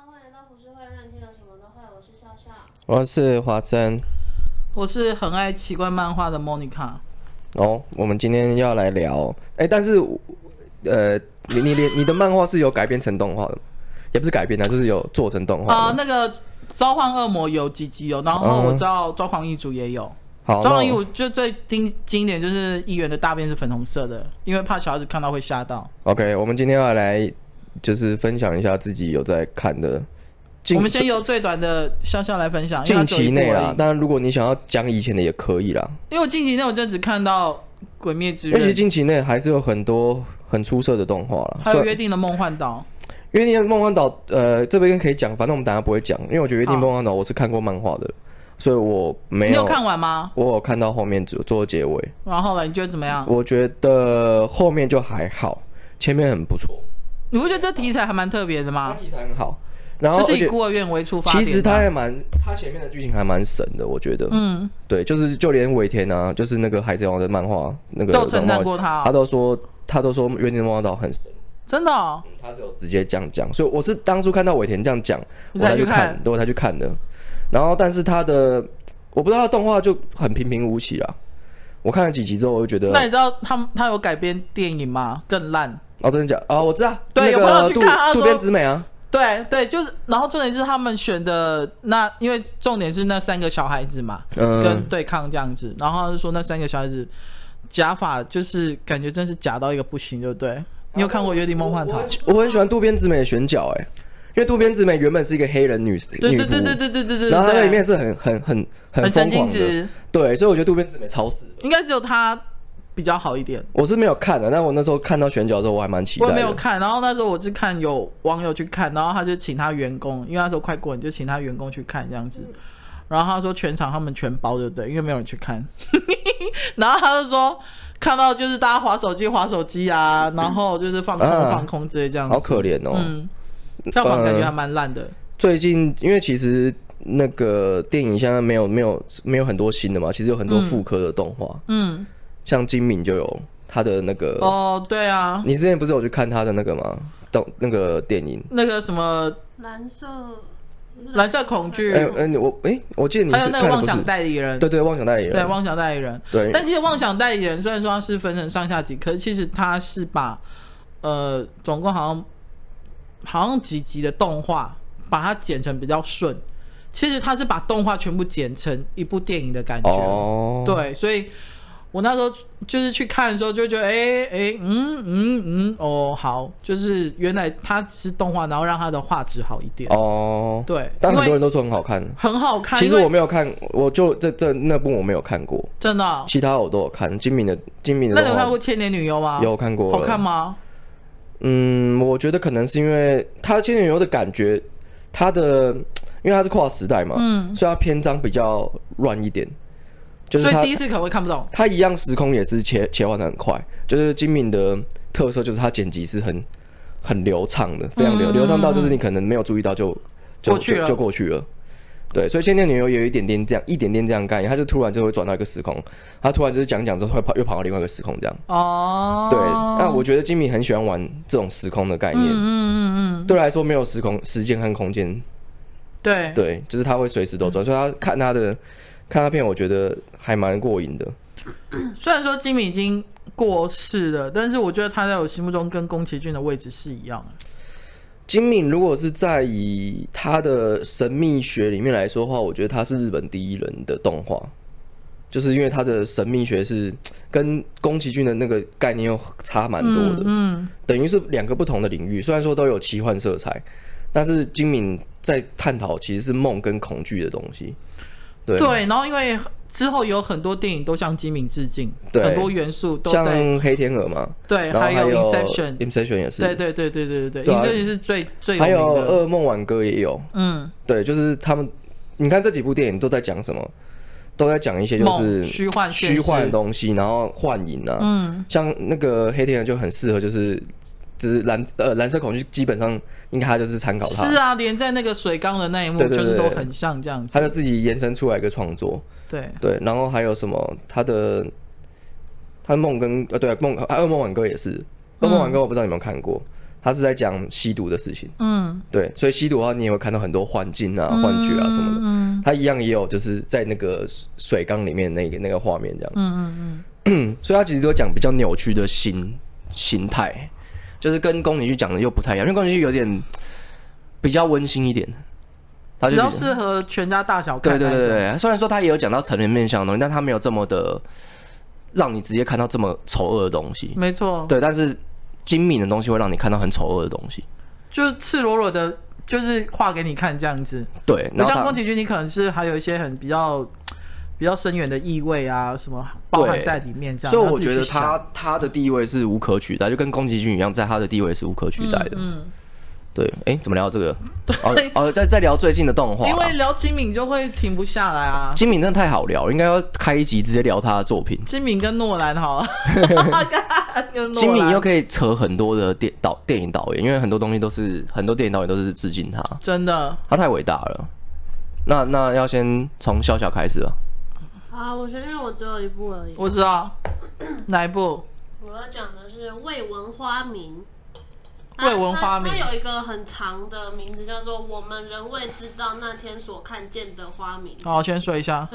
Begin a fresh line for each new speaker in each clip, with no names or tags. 是坏让你听了什么的坏，我是笑笑。
我是华生。
我是很爱奇怪漫画的 Monica。
哦，我们今天要来聊，哎、但是，呃，你你你你的漫画是有改编成动画的吗？也不是改编的，就是有做成动
啊、
画的。
那个召唤恶魔有几集哦有，然后我知道抓狂一族也有。
好，嗯
抓
哦那
狂一
我
族就最经经典就是议员的大便是粉红色的，因为怕小孩子看到会吓到。
OK，我们今天要来就是分享一下自己有在看的近
我们先由最短的笑笑来分享，因为它
近
只有一
期
部
内
而
啦
已。
当然，如果你想要讲以前的也可以啦，
因为我近期内我就只看到《鬼灭之
因为其实》，
刃
近期内还是有很多很出色的动画啦。
还有《
虽然
约定的梦幻岛
约定梦幻岛，呃，这边可以讲，反正我们等下不会讲，因为我觉得约定
好
梦幻岛我是看过漫画的，所以我》，没
你有
有。
看完吗？
我有看到后面做做结尾，
然后呢，你觉得怎么样？
我觉得后面就还好，前面很不错，
你不觉得这题材还蛮特别的
它
吗？
题材很好，然后
就
而
是以
且
孤儿院为出发点
其
的。
实它还蛮，它前面的剧情还蛮神的，我觉得。
嗯，
对，就是就连尾田啊，就是那个海贼王的漫画那个
都有称赞
漫画，
过他哦、
他都说他都说《原定梦幻岛》很神，
真的、哦。
他是有直接这样讲，所以我是当初看到尾田这样讲，我
你才
才去
去看
看，对，我才去看的。然后，但是他的我不知道他动画就很平平无奇啦。我看了几集之后，我就觉得
那你知道他们他有改编电影吗？更烂。
哦，真的假的？啊、我知道，
对
那
有朋
个
友去
渡
看他
渡
说
边直美啊，
对对，就是，然后重点是他们选的那，因为重点是那三个小孩子嘛，跟
嗯，
对抗这样子，然后他就说那三个小孩子假发就是感觉真是假到一个不行，对不对？你有看过《约定梦幻岛》？
我很喜欢渡边直美的选角、哎，因为渡边直美原本是一个黑人女
对
女
对
仆，
对对对对对对，
然后她在
对
里面是很很很
很
疯
神
狂
经
的，
质，
对，所以我觉得渡边直美超适合。
应该只有他比较好一点。
我是没有看的，但我那时候看到选角的时候，我还蛮期待
我
的。
也没有看，然后那时候我是看有网友去看，然后他就请他员工，因为那时候快过年，就请他员工去看这样子。然后他说全场他们全包，对不对？因为没有人去看。 然后他就说看到就是大家划手机划手机啊，然后就是放空、
啊
放空之类这样子。
好可怜哦。
嗯，票房感觉
呃
还蛮烂的。
最近因为其实那个电影现在没有没有没有很多新的嘛，其实有很多复刻的动画，
嗯，
像金敏就有他的那个，
哦，对啊，
你之前不是有去看他的那个吗？动那个电影。
那个什么
蓝色，
蓝色恐惧，
哎、哎，你我哎、我记得你
还有
是
那
看
个
的
妄
不
想
是？
代理人，
对对，妄想代理人。
对妄想代理人。
对
但其实妄想代理人虽然说它是分成上下集，可是其实它是把呃总共好像好像几集的动画把它剪成比较顺，其实它是把动画全部剪成一部电影的感觉。
哦，，
对，所以我那时候就是去看的时候就觉得，哎、哎、嗯嗯嗯，哦，好，就是原来它是动画，然后让它的画质好一点。
哦，
对，
但很多
因为
人都说很好看。
很好看。
其实
因为
我没有看，我就这这那部我没有看过，
真的哦、
其他我都有看。金敏的金敏的
那
动
你有
画
看过《千年女优》吗？
有看过，
好看？吗？
嗯，我觉得可能是因为他《千年女优》的感觉，他的因为他是跨时代嘛，
嗯，
所以他篇章比较乱一点，就是
所以
他
第一次可能会看不懂。
他一样时空也是切切换的很快，就是金敏的特色就是他剪辑是很很流畅的，非常流、
嗯
流畅到就是你可能没有注意到就就
过去
就
了
就过去了。对，所以《千年女优》也有一点点这样，一点点这样概念，他就突然就会转到一个时空，他突然就是讲讲之后会跑又跑到另外一个时空这样。
哦，
对，那我觉得金敏很喜欢玩这种时空的概念，
嗯嗯嗯嗯，
对来说没有时空、时间和空间，
对，
对，就是他会随时
嗯
都转，所以他看他的看他片，我觉得还蛮过瘾的。
虽然说金敏已经过世了，但是我觉得他在我心目中跟宫崎骏的位置是一样的。
金敏如果是在以他的神秘学里面来说的话，我觉得他是日本第一人的动画，就是因为他的神秘学是跟宫崎骏的那个概念又差蛮多的，
嗯，
等于是两个不同的领域。虽然说都有奇幻色彩，但是金敏在探讨其实是梦跟恐惧的东西。对，
对。然后因为之后有很多电影都向金敏致敬，
对
很多元素都
像
在
黑天鹅嘛，
对，
然后
有
有
Inception，
Inception 也是，
对对对对对对
对啊
，Inception 是最最
还有
有名的
噩梦挽歌也有，
嗯，
对，就是他们，你看这几部电影都在讲什么？都在讲一些就
梦
是
虚幻现
虚幻的
实
东西，然后幻影啊，
嗯，
像那个黑天鹅就很适合，就是就是蓝呃蓝色恐惧，基本上应该他就是参考
是
他，
啊，连在那个水缸的那一幕
对对
就
对
是都
对
很像这样子
他，就自己延伸出来一个创作，
对。
对，然后还有什么他的他的梦跟呃对梦啊噩梦挽歌也是，噩梦挽歌我不知道你有没有看过，他是在讲吸毒的事情，
嗯，嗯
对，所以吸毒的话，你也会看到很多幻境啊、幻觉啊什么的。
嗯
它一样也有，就是在那个水缸里面那个那个画面这样。
嗯嗯
所以他其实都讲比较扭曲的心心态，就是跟宫崎骏讲的又不太一样，因为宫崎骏有点比较温馨一点，他
嗯，
就比
比
较
较适合全家大小
对
看。
对对对，对，虽然说他也有讲到成人面向的东西，但他没有这么的让你直接看到这么丑恶的东西，
没错，
对，但是精明的东西会让你看到很丑恶的东西，
就是赤裸裸的，就是画给你看这样子。
对，
不
然后他
像宫崎骏，你可能是还有一些很比较比较深远的意味啊，什么包含
对
在里面这样。
所以
然后
我
自己
觉得
去想
他他的地位是无可取代，就跟宫崎骏一样，在他的地位是无可取代的。
嗯，
对，哎、怎么聊到这个？哦哦，在在聊最近的动画啦，
因为聊金敏就会停不下来啊。
金敏真的太好聊，应该要开一集直接聊他的作品。
金敏跟诺 兰好了，又诺
金敏
兰
又可以扯很多的电导电影导演，因为很多东西都是很多电影导演都是致敬他，
真的
他太伟大了。那那要先从小小开始吧。
啊，我觉得因为我只有一部而已。
我知道哪一部
我要讲的是未闻花名。
未闻花名
它它有一个很长的名字，叫做《我们仍未知道那天所看见的花名》，
好，我先说一下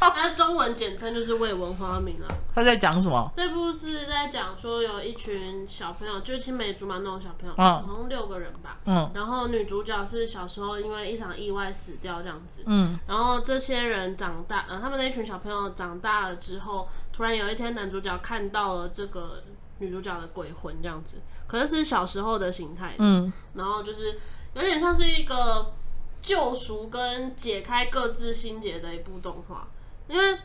它中文简称就是未闻花名啊。
他在讲什么。
这部是在讲说有一群小朋友，就是青梅竹马那种小朋友，
嗯
好像六个人吧。
嗯
然后女主角是小时候因为一场意外死掉这样子。
嗯
然后这些人长大，呃，他们那群小朋友长大了之后，突然有一天男主角看到了这个女主角的鬼魂这样子，可是是小时候的形态，
嗯
然后就是有点像是一个救赎跟解开各自心结的一部动画，因为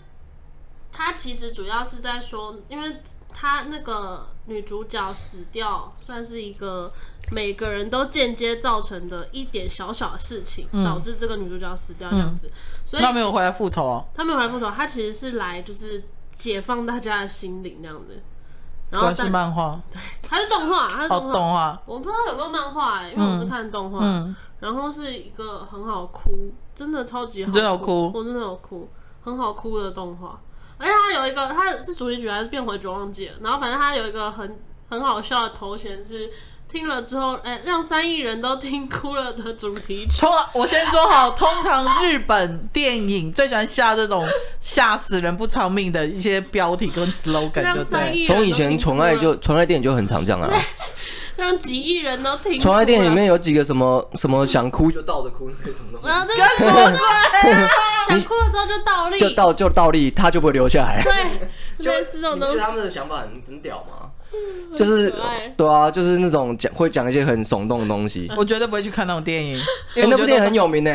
它其实主要是在说，因为它那个女主角死掉，算是一个每个人都间接造成的一点小小的事情，导致这个女主角死掉这样子，所以
嗯那没有回来复仇哦。
他没有来复仇，他其实是来就是解放大家的心灵这样子。然后
关是
但
漫画
它是动画，它是
哦，
动画，
动画。
我不知道有没有漫画、欸，因为我是看动画。
嗯，
然后是一个很好哭，真的超级好，
你真的有哭
我真的有哭，很好哭的动画。而且它有一个，它是主题曲还是变回去我忘记了。然后反正它有一个很很好笑的头衔是听了之后，哎、让三亿人都听哭了的主题曲。
通我先说好，通常日本电影最喜欢下这种吓死人不偿命的一些标题跟 slogan，
让
就
三亿人
对。
从以
都
前
听哭
纯爱
了
就纯爱电影就很常这 样啊。
让几亿人都 听哭了。
纯爱电影里面有几个什么什么想哭就倒着哭那个什么东
啊，
西，
对，什么鬼？想哭的时候就倒立，
就倒就倒立，他就不会留下 来。
对，类似这种
你不
东西
觉
嗯
得。他们的想法很很屌吗？就是
可爱
对啊，就是那种讲会讲一些很耸动的东西。
我绝对不会去看那种电影，
哎、
因为
那部
我觉
电
得
影很有名呢、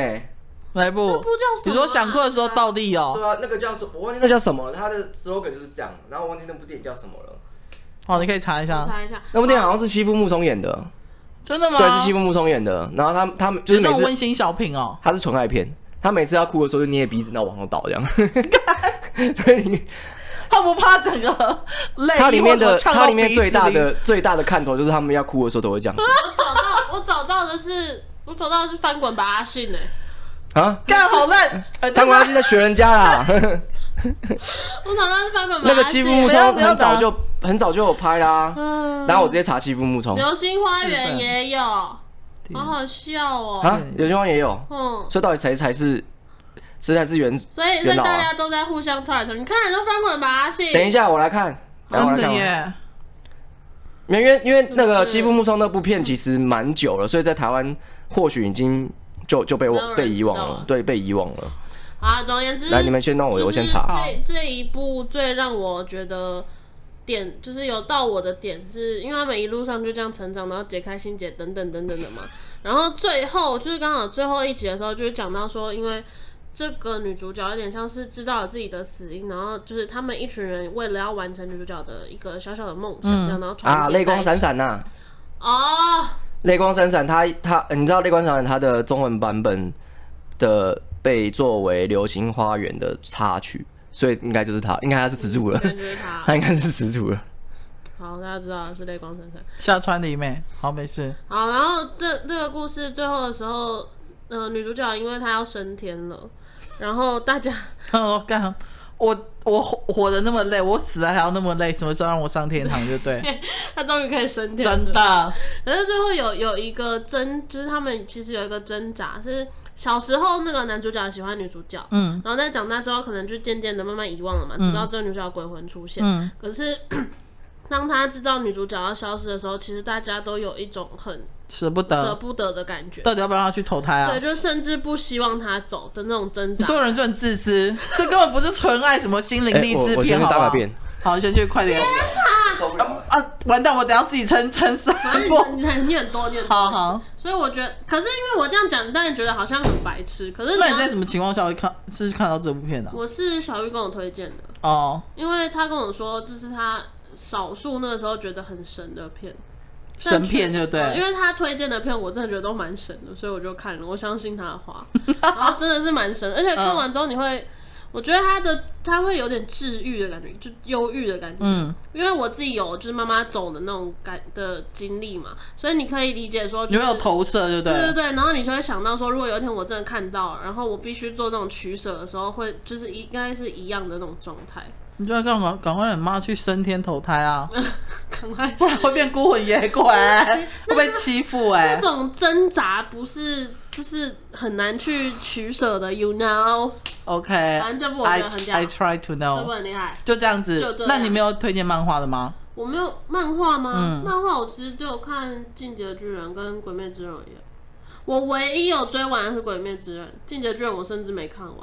哪一部
部叫什么啊
你说想哭的时候倒地哦，
对啊，那个叫什我忘记那叫什么，它的 slogan 就是这样，然后我忘记那部电影叫什么了。
哦，你可以查一下，
查一下，
那部电影好像是欺负木松演的，
真的吗？
对，是欺负木松演的。然后他他们就
就是
是
那
每
种温
次
馨小品哦。
他是纯爱片，他每次要哭的时候就捏鼻子，然后往后倒这样。 所以你
他不怕整个泪，
它里面
或
的
者呛到
它里面最大
鼻子里
的最大的看头就是他们要哭的时候都会这样子
我找到，我找到的是，我找到的是翻滚吧阿信哎、
啊。
干好烂，呃
他们
但
要
是
是在学人家啊啦，
我找到的是翻滚吧
那个
阿
欺
信。
负木
不要
冲
不要
很
打
早就很早就有拍啦。
嗯
然后我直接查欺负木冲
流星花园
日本
也有，好好笑哦、
啊，有些方也有，
嗯，
所以到底谁才是谁才是原？
所以所
元
以
老啊
大家都在互相抄来抄去。你看，都翻滚吧阿信。
等一下我来看，来我来
真
看
的
我来看
耶，
没因为因为那个
是
欺负木冲那部片其实蛮久了，所以在台湾或许已经就就被
没有
我
人
被遗忘
知道
了
了，
对，被遗忘了。
啊，总而言之，
来，你们先弄
就
我，
是
我先查。
这这一部最让我觉得点，就是有到我的点是，因为他们一路上就这样成长，然后解开心结等等等等的嘛。然后最后就是刚好最后一集的时候，就是讲到说，因为这个女主角有点像是知道了自己的死因，然后就是他们一群人为了要完成女主角的一个小小的梦想，这样然后团
啊，
结
泪光
在一
闪
起
闪呐，
哦，
泪光闪闪，它它，你知道泪光闪闪它的中文版本的被作为《流星花园》的插曲，所以应该就是它，应该它是始祖了，
感觉他
它应该是始祖了。
好，大家知道是泪光闪闪。
下川里美，好没事，
好，然后这这个故事最后的时 候，呃，女主角因为她要升天了，然后大家
我干， 我我活活得那么累，我死了还要那么累，什么时候让我上天堂？对 不对？
他终于可以升天了，
真的，
可是最后有有一个争，就是他们其实有一个挣扎，是小时候那个男主角喜欢女主角，
嗯
然后在长大之后可能就渐渐的慢慢遗忘了嘛，直到这个女主角鬼魂出现。
嗯，
可是 当他知道女主角要消失的时候，其实大家都有一种很
舍不
舍
得，
不得的感觉，
到底要不要让他去投胎啊
对，？就甚至不希望她走的那种挣
所
扎。
有人就很 自私，这根本不是纯爱，什么心灵
哎、
励
我
志
我先
片，
去
好不
大
好
大？便，
好，先去， 快点。啊啊！完蛋，我等下自己撑撑伞
反正
不？
你你很你很多，你很多
好好，
所以我觉得，可是因为我这样讲，当然觉得好像很白痴。可是
那你
要
在什么情况下会看是看到这部片的、啊
我是小玉跟我推荐的，
哦，
因为他跟我说，这是他少数那个时候觉得很神的片，
神片对不
因
对？
为他推荐的片我真的觉得都蛮神的，所以我就看了，我相信他的 话，然后真的是蛮神的，而
嗯
且看完之后你会，我觉得他的他会有点治愈的感觉，就忧郁的感觉，
嗯，
因为我自己有就是妈妈走的那种感的经历嘛，所以你可以理解说、
你
就是，
会有投射，对不
对对
对？
对，然后你就会想到说，如果有一天我真的看到，然后我必须做这种取舍的时候，会就是应该是一样的那种状态，
你就要干嘛？赶快让你妈去升天投胎啊，
赶快。
不然会变孤魂野鬼，会被欺负哎、
这种挣扎不是就是很难去取舍的，you know，
OK，
反正这部我觉
I
得很屌
I try to
这部
know，
很厉害。
就这样
就
子
这。样
那你没有推荐漫画的吗？
我没有漫画吗？
嗯
漫画我其实只有看《进击的巨人》跟《鬼灭之刃》而已。我唯一有追完的是《鬼灭之刃》，《进击的巨人》我甚至没看完。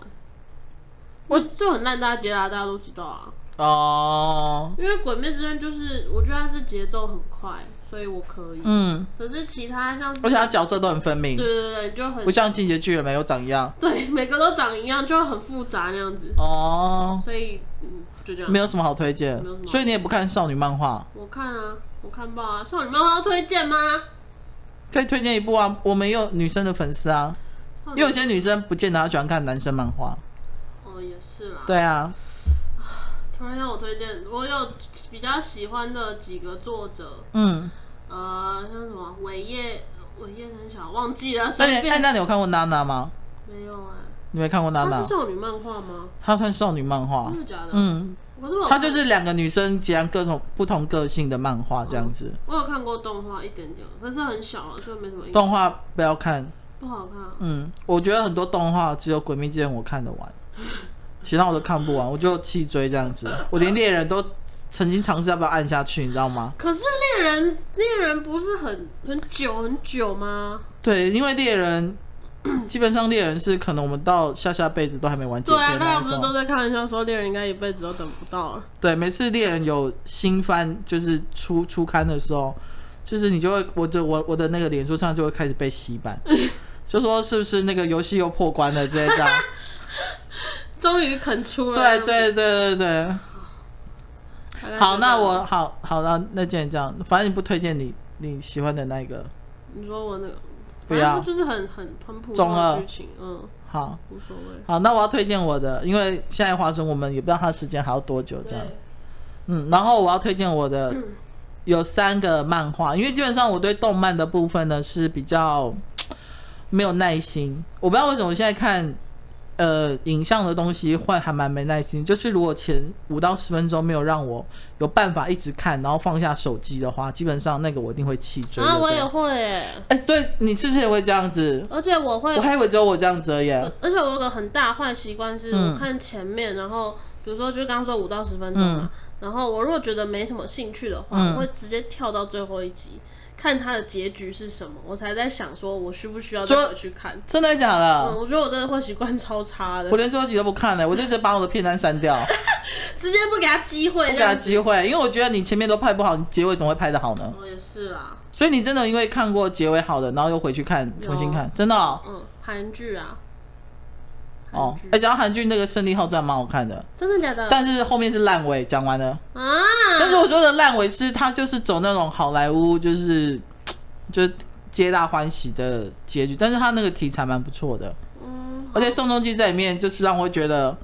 我就很烂大街啦，大家都知道啊。
哦，
因为《鬼灭之刃》就是我觉得它是节奏很快，所以我可以。
嗯，
可是其他像是
而且他角色都很分明
对，对对，就很
不像进击的巨人没有长一样。
对每个都长一样，就很复杂那样子。
哦，
所以嗯，就这样。
没有什么好推荐
没有什，么
所以你也不看少女漫画，
我看啊，我看报啊，少女漫画要推荐吗？
可以推荐一部啊。我们也有女生的粉丝啊，
嗯
因为有些女生不见得她喜欢看男生漫画。
哦，也是啦。
对啊，
突然让我推荐，我有比较喜欢的几个作者，
嗯，
呃，像什么尾叶，尾叶很小，忘记了，
那
随
你哎，
便。
那你有看过娜娜吗？
没有哎、
你没看过娜
她
娜
是？少女漫画吗？
她算少女漫画
真，的假的？，
嗯，
可是我有
她
看
就是两个女生截然各种不同个性的漫画这样子。
我有看过动画一点点，可是很小啊了，所以没什么印象，
动画不要看，
不好看啊。
嗯，我觉得很多动画只有《鬼灭之刃》我看得完，其他我都看不完，我就弃追这样子。我连猎人都曾经尝试要不要按下去，你知道吗？
可是猎人，猎人不是很很久很久吗？
对，因为猎人基本上猎人是可能我们到下下辈子都还没完结
对啊，
篇
大
那
家
一
不是
种。
都在开玩笑说猎人应该一辈子都等不到了。
对，每次猎人有新番就是出出刊的时候，就是你就会我的我我的那个脸书上就会开始被洗版，就说是不是那个游戏又破关了之类的啊。
终于肯出来
对
了。
对对对对。
大概是这样，
好，那我好好那那既然这样，反正你不推荐你你喜欢的那一个，
你说我那个，
不
反
要
正就是很很很普
中
通
二
的剧情，嗯，
好
无所谓。
好，那我要推荐我的，因为现在华生我们也不知道他时间还要多久这样，
对，
嗯，然后我要推荐我的
嗯
有三个漫画，因为基本上我对动漫的部分呢是比较没有耐心，我不知道为什么我现在看。呃，影像的东西会还蛮没耐心，就是如果前五到十分钟没有让我有办法一直看，然后放下手机的话，基本上那个我一定会弃追的。
啊，
对
我也会耶，
哎、对你是不是也会这样子？
而且我会
我，还以为只有我这样子而已。
而且我有个很大坏习惯是，
嗯
我看前面，然后比如说就刚刚说五到十分钟嘛，然后我如果觉得没什么兴趣的话，
嗯
我会直接跳到最后一集，看它的结局是什么，我才在想说我需不需要
说
再回去看。
真的假的？
嗯，我觉得我真的会习惯超差的
我，连最后一集都不看了、我就直接把我的片单删掉，
直接不给他机会
不
这
给他
样子。
机会，因为我觉得你前面都拍不好，你结尾总会拍的好呢。
我也是啦，
所以你真的因为看过结尾好的，然后又回去看，重新看，真的哦。
嗯，韩剧啊，
哦
韩剧
哎、讲到韩剧那个《胜利号战》蛮好看的，
真的假的？
但是后面是烂尾，讲完了。
啊，
但是我说的烂尾是它就是走那种好莱坞，就是就是皆大欢喜的结局，但是它那个题材蛮不错的。
嗯，
而且宋仲基在里面就是让我觉得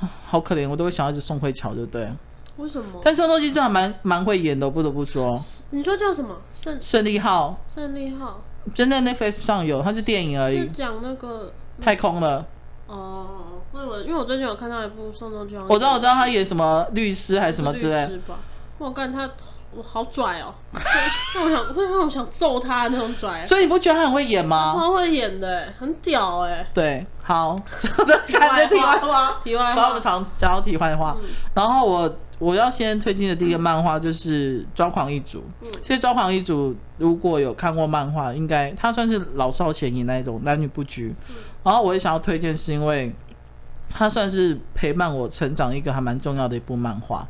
啊好可怜，我都会想要一直宋慧乔，对不对？
为什么？
但宋仲基真的还蛮蛮会演的，我不得不说。
你说叫什么？胜
胜利号
胜利号嗯
真的 Netflix 上有，它是电影而
是
已，
讲那个
太空了。
哦，我以为，因为我最近有看到一部宋仲基，
我知道，我知道他演什么律师还是什么之类
律师吧？我干他，我好拽哦、让我想会让我想揍他的那种拽，
所以你不觉得他很会演吗？
超会演的、很屌哎、
对，好， 这看这题外话，
题外
把我
话
们，常讲到题外话。然后我我要先推荐的第一个漫画就是《抓狂一族》。其实《抓狂一族》如果有看过漫画，应该它算是老少咸宜那一种，男女不拘。然后我也想要推荐，是因为它算是陪伴我成长一个还蛮重要的一部漫画。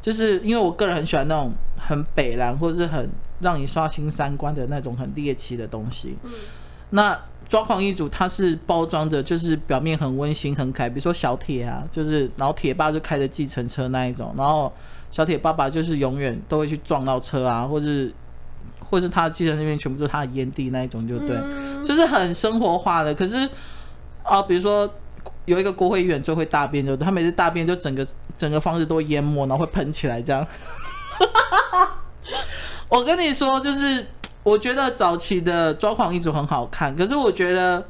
就是因为我个人很喜欢那种很北蓝，或是很让你刷新三观的那种很猎奇的东西。
嗯
那抓狂一族它是包装的，就是表面很温馨很可爱，比如说小铁啊，就是然后铁爸就开着计程车那一种，然后小铁爸爸就是永远都会去撞到车啊，或是或是他计程那边全部都是他的烟蒂那一种，就对，
嗯
就是很生活化的。可是啊、比如说。有一个国会议员就会大便，就对他每次大便就整个整个房子都淹没，然后会喷起来这样。 我跟你说，就是我觉得早期的《抓狂一族》很好看，可是我觉得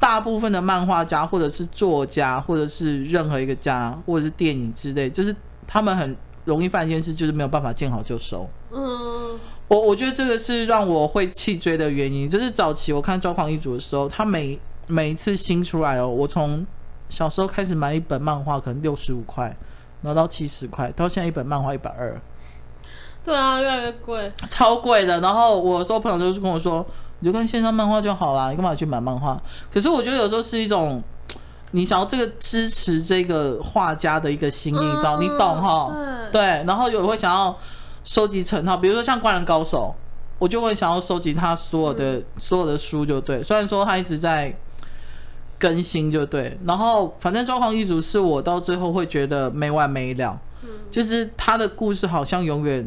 大部分的漫画家或者是作家，或者是任何一个家，或者是电影之类，就是他们很容易犯一件事，就是没有办法见好就收。
嗯
我我觉得这个是让我会弃追的原因，就是早期我看《抓狂一族》的时候，他每每一次新出来哦，我从小时候开始买一本漫画，可能六十五块，然后到七十块，到现在一本漫画一百二。
对啊，越来越贵，
超贵的。然后我有时候朋友就是跟我说，你就看线上漫画就好啦，你干嘛去买漫画？可是我觉得有时候是一种，你想要这个支持这个画家的一个心意，你知道？
嗯
你懂哈？对。然后有会想要收集成套，比如说像《灌篮高手》，我就会想要收集他所有
嗯
的、所有的书，就对。虽然说他一直在。更新就对，然后反正《抓狂一族》是我到最后会觉得没完没了，
嗯
就是他的故事好像永远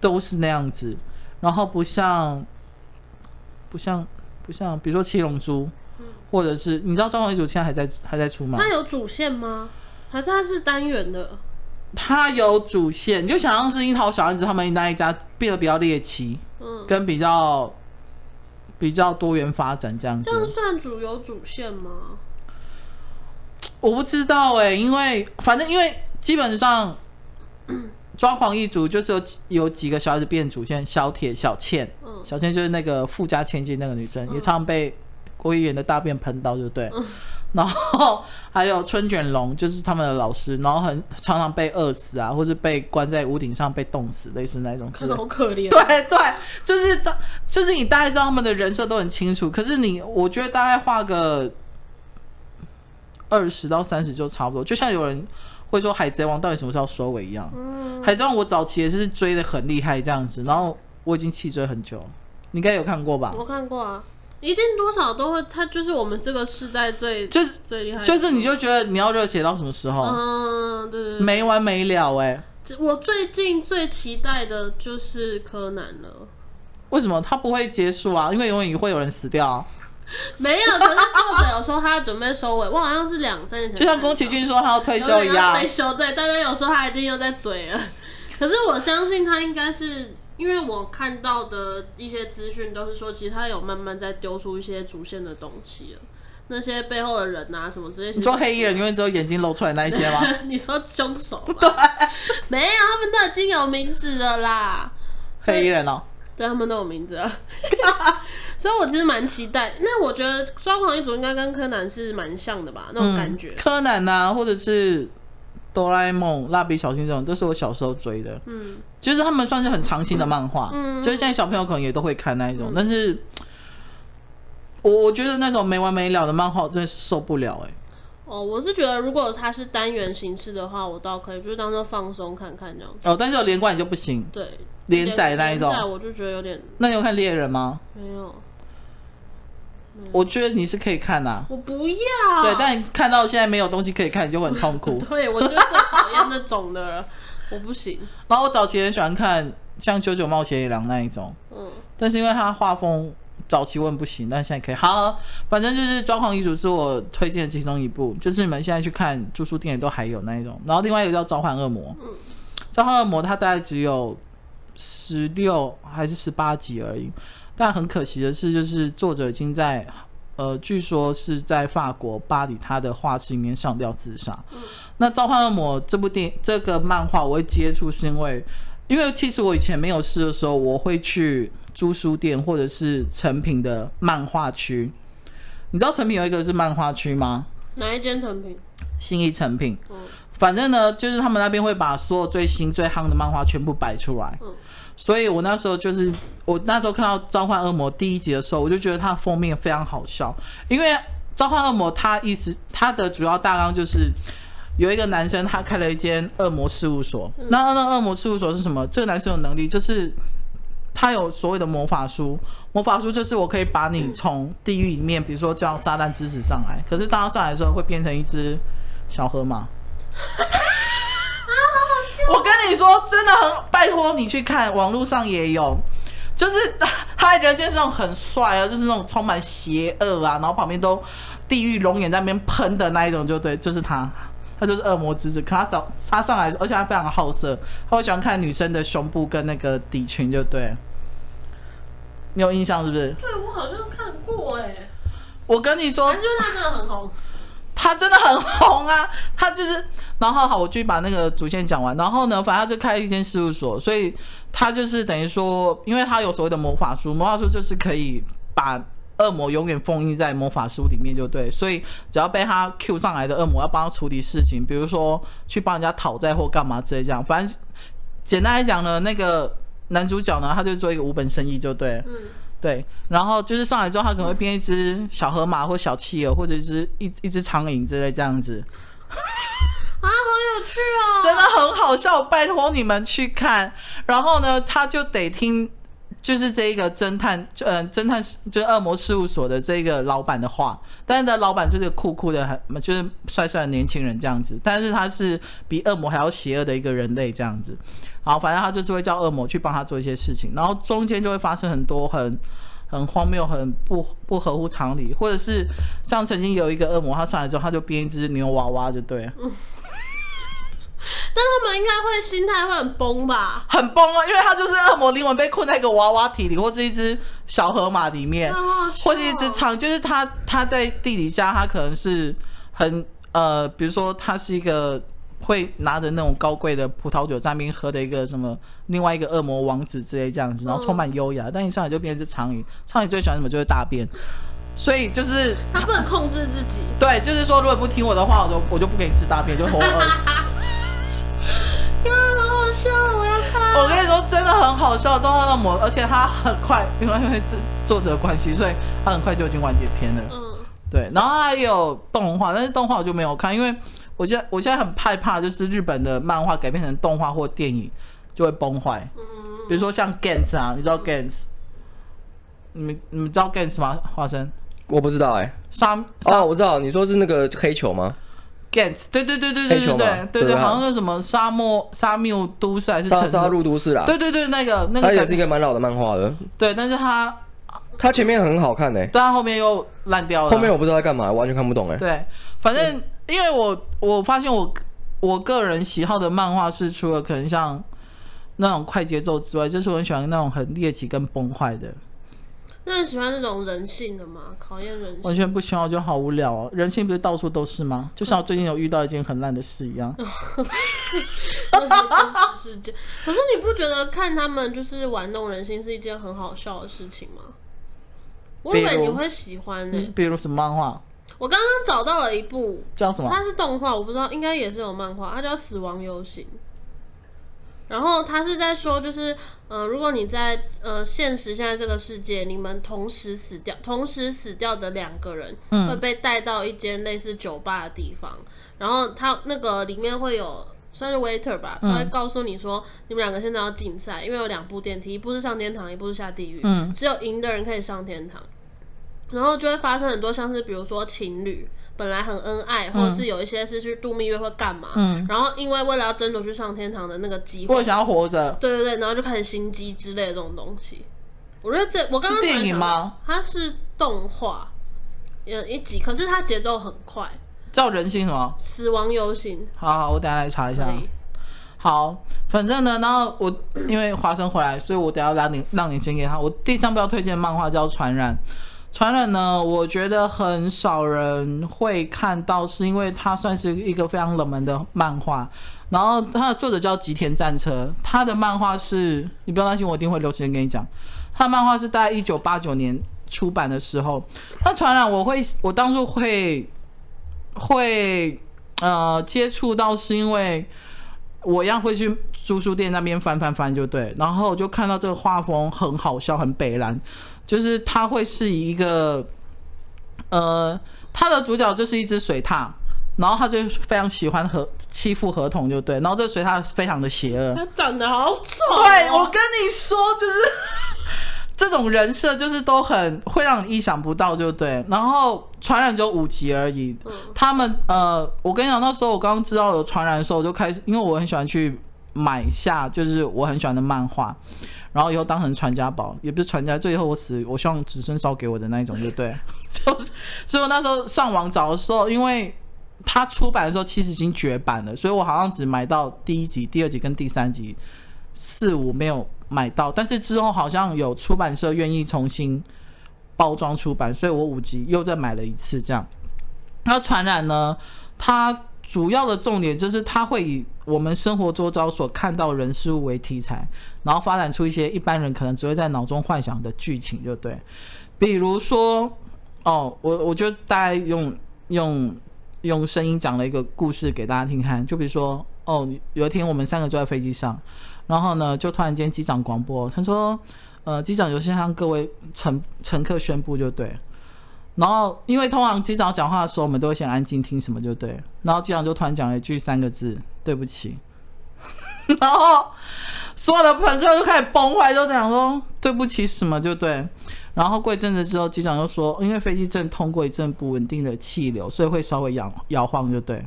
都是那样子，然后不像不像不像，比如说《七龙珠》或者是你知道《抓狂一族》现在还在还在出吗？
嗯它有主线吗？还是它是单元的？
它有主线，你就想象是樱桃小丸子他们那一家变得比较猎奇，
嗯，
跟比较比较多元发展这样
这样
子。
算主有主线吗？
我不知道哎、因为反正因为基本上。抓狂一族就是有几有几个小孩子变主线，小铁、小倩，
嗯
小倩就是那个富家千金那个女生，也常被国议员的大便喷到，对不对？然后还有春卷龙，就是他们的老师，然后很常常被饿死啊，或是被关在屋顶上被冻死，类似那种之
真
类
的好可怜。
对对，就是大，就是你大概知道他们的人设都很清楚，可是你，我觉得大概画个二十到三十就差不多。就像有人会说《海贼王》到底什么时候收尾一样，
嗯
海贼王》我早期也是追的很厉害这样子，然后我已经弃追很久了，你应该有看过吧？
我看过啊，一定多少都会，它就是我们这个世代最
就是
最厉害的，
就是你就觉得你要热血到什么时候，
嗯，对对对
没完没了哎、
这我最近最期待的就是柯南了，
为什么它不会结束啊？因为永远会有人死掉、啊，
没有，可是作者有说他准备收尾，我好像是两三年前，
就像宫崎骏说他要退
有
休
点
一
要
样
退。休，对，大家有时候他一定又在嘴了。可是我相信他应该是，因为我看到的一些资讯都是说，其实他有慢慢在丢出一些主线的东西了，那些背后的人啊什么之类。
你说黑衣人永远只有眼睛露出来那一些吗？
你说凶手 吗？对，没有，他们都已经有名字了啦。
黑衣人哦，
对，他们都有名 字了，所以我其实蛮期待。那我觉得《抓狂一族》应该跟柯南是蛮像的吧，那
嗯
种感觉。
柯南呐、或者是哆啦 A 梦、蜡笔小新这种，都是我小时候追的。
嗯，
就是他们算是很常青的漫画，
嗯
就是现在小朋友可能也都会看那一种，但是我我觉得那种没完没了的漫画，我真的是受不了哎、
哦，我是觉得如果它是单元形式的话，我倒可以，就是当做放松看看这样。
哦，但是有连贯你就不行。
对，
连载那一种
连载我就觉得有点
那你有看猎人吗？
没有，嗯
我觉得你是可以看呐、
我不要。。
对，但你看到现在没有东西可以看，你就很痛苦
对我就最讨厌那种的了，我不行。
然后我早期很喜欢看像《九九冒险野狼》那一种，
嗯，
但是因为他画风早期我很不行，但现在可以。好，反正就是《抓狂遗嘱》是我推荐的其中一部，就是你们现在去看住宿店也都还有那一种。然后另外一个叫《召唤恶魔》，召唤恶魔》它大概只有十六还是十八集而已，但很可惜的是，就是作者已经在呃，据说是在法国巴黎他的画室里面上吊自杀。那《召唤恶魔》这部电这个漫画我会接触，是因为因为其实我以前没有事的时候，我会去租书店或者是成品的漫画区。你知道成品有一个是漫画区吗？
哪一间成品？
新一成品，
嗯
反正呢，就是他们那边会把所有最新最夯的漫画全部摆出来。
嗯
所以我那时候就是，我那时候看到《召唤恶魔》第一集的时候，我就觉得它的封面非常好笑，因为《召唤恶魔》它意思它的主要大纲就是有一个男生他开了一间恶魔事务所，那那恶魔事务所是什么？这个男生有能力就是。他有所谓的魔法书，魔法书就是我可以把你从地狱里面，比如说叫撒旦之子上来，可是当他上来的时候会变成一只小河马，我跟你说，真的很拜托你去看，网络上也有，就是 他他人间是那种很帅啊，就是那种充满邪恶啊，然后旁边都地狱龙眼在那边喷的那一种，就对，就是他，他就是恶魔之子。可他找他上来，而且他非常好色，他会喜欢看女生的胸部跟那个底裙，就对。你有印象是不是？
对，我好像看过哎、欸，
我跟你说
还，是因为它真的很红。
他真的很红啊，他就是，然后好，我继续把那个主线讲完。然后呢，反正他就开了一间事务所，所以他就是等于说，因为他有所谓的魔法书，魔法书就是可以把恶魔永远封印在魔法书里面，就对。所以只要被他 Q 上来的恶魔，要帮他处理事情，比如说去帮人家讨债或干嘛之类这样。反正简单来讲呢，那个男主角呢，他就做一个无本生意，就对。
嗯，
对，然后就是上来之后，它可能会变一只小河马或小企鹅，或者一只一一只苍蝇之类这样子，
啊，好有趣哦！
真的很好笑，我拜托你们去看。然后呢，他就得听，就是这一个侦探，就嗯、侦探就是恶魔事务所的这个老板的话，但是呢，老板就是酷酷的，很就是帅帅的年轻人这样子，但是他是比恶魔还要邪恶的一个人类这样子。好，反正他就是会叫恶魔去帮他做一些事情，然后中间就会发生很多很很荒谬、很不不合乎常理，或者是像曾经有一个恶魔，他上来之后他就变一只牛娃娃，就对了，
但他们应该会心态会很崩吧？
很崩啊，因为他就是恶魔灵魂被困在一个娃娃体里，或是一只小河马里面，
好好笑哦
或是一只苍，就是他他在地底下，他可能是很呃，比如说他是一个会拿着那种高贵的葡萄酒在那边喝的一个什么另外一个恶魔王子之类这样子，然后充满
嗯
优雅，但一上来就变成一只苍蝇，苍蝇最喜欢什么就是大便，所以就是
他不能控制自己。
对，就是说如果不听我的话，我就我就不给你吃大便，就活饿死。
呀，好好笑，我要看。
我跟你说，真的很好笑，《召唤恶魔》，而且它很快，因为因为这作者的关系，所以它很快就已经完结篇了。
嗯，
对，然后它也有动画，但是动画我就没有看，因为我现在我现在很害怕，就是日本的漫画改编成动画或电影就会崩坏。
嗯，
比如说像 Gans 啊，你知道
嗯
Gans？你们你们知道 Gans 吗？花生
我不知道哎、
沙沙
哦，我知道，你说是那个黑球吗？
Gans，对对对对
黑
对对
球嘛
对对
对
对，
啊
好像是什么沙漠沙缪都市还是
杀
城
杀
市？
入都市啦，
对对对，那个那
它
个
啊也是一个蛮老的漫画了。
对，但是它
它前面很好看哎、
但他啊后面又烂掉了。
后面我不知道在干嘛，完全看不懂哎、
对，反正因为我我发现我我个人喜好的漫画是除了可能像那种快节奏之外，就是我很喜欢那种很猎奇跟崩坏的，
那你喜欢这种人性的吗？考验人性。
完全不喜欢，我觉得好无聊哦。人性不是到处都是吗？就像我最近有遇到一件很烂的事一样，
真实世界。 可是你不觉得看他们就是玩弄人心是一件很好笑的事情吗？我以为你会喜欢呢、
嗯比如什么漫画
我刚刚找到了一部，
叫什么？
它是动画，我不知道，应该也是有漫画，它叫《死亡游行》。然后他是在说，就是呃，如果你在呃现实现在这个世界，你们同时死掉，同时死掉的两个人
嗯
会被带到一间类似酒吧的地方，然后他那个里面会有算是 waiter 吧，
嗯
他会告诉你说，你们两个现在要竞赛，因为有两部电梯，一部是上天堂，一部是下地狱，
嗯
只有赢的人可以上天堂。然后就会发生很多像是比如说情侣本来很恩爱，或者是有一些是去度蜜月或干嘛，
嗯
然后因为为了要争夺去上天堂的那个机
我
会，
想要活着。
对对对，然后就开始心机之类的这种东西。我觉得这我刚刚
是电影
突然想
吗
到？它是动画，呃一集，可是它节奏很快，
叫人性什么？
《死亡游行
好好，我等一下来查一》下。
可以。
好，反正呢，然后我因为华生回来，所以我等一下让你让你先给他。我第三部要推荐的漫画叫《传染》，传人呢，我觉得很少人会看到，是因为它算是一个非常冷门的漫画。然后它的作者叫吉田战车，他的漫画是，你不要担心，我一定会留时间跟你讲。他的漫画是大概一九八九年出版的时候，那传染我会，我当初会会呃接触到，是因为我一样会去租书店那边翻翻翻就对，然后我就看到这个画风很好笑，很北蓝，就是它会是以一个呃，它的主角就是一只水獭。然后他就非常喜欢和欺负合同，就对。然后这个水獭非常的邪恶，
他长得好丑、哦
对，我跟你说，就是 这种人设，就是都很会让你意想不到，就对。然后传染只有五集而已，他们呃，我跟你讲，那时候我刚刚知道有传染的时候，我就开始，因为我很喜欢去买下，就是我很喜欢的漫画，然后以后当成传家宝，也不是传家，最后我死，我希望子孙烧给我的那一种，就对。 就是，所以我那时候上网找的时候，因为它出版的时候其实已经绝版了，所以我好像只买到第一集、第二集跟第三集，四五没有买到，但是之后好像有出版社愿意重新包装出版，所以我五集又再买了一次这样。那传染呢，它主要的重点就是它会以我们生活周遭所看到人事物为题材，然后发展出一些一般人可能只会在脑中幻想的剧情，就对。比如说，哦，我我就大概用用用声音讲了一个故事给大家听看，就比如说，哦，有一天我们三个坐在飞机上，然后呢，就突然间机长广播，他说，呃，机长有先向各位乘乘客宣布就对。然后，因为通常机长讲话的时候，我们都会先安静听什么就对。然后机长就突然讲了一句三个字：“对不起。” 然后所有的朋克就开始崩坏，就讲说对不起什么就对。然后过一阵子之后，机长又说，因为飞机正通过一阵不稳定的气流，所以会稍微摇摇晃就对。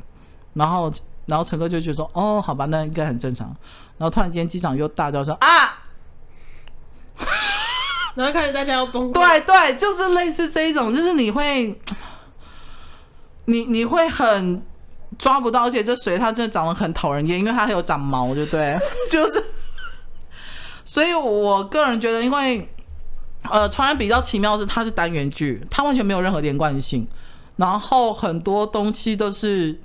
然后然后乘客就觉得说，哦，好吧，那应该很正常。然后突然间机长又大叫说啊！
然后开始大家要崩溃。
对对，就是类似这一种，就是你会，你你会很抓不到，而且这水它真的长得很讨人厌，因为它还有长毛，对不对？ 就是，所以我个人觉得，因为呃，传染比较奇妙的是它是单元剧，它完全没有任何连贯性，然后很多东西都是。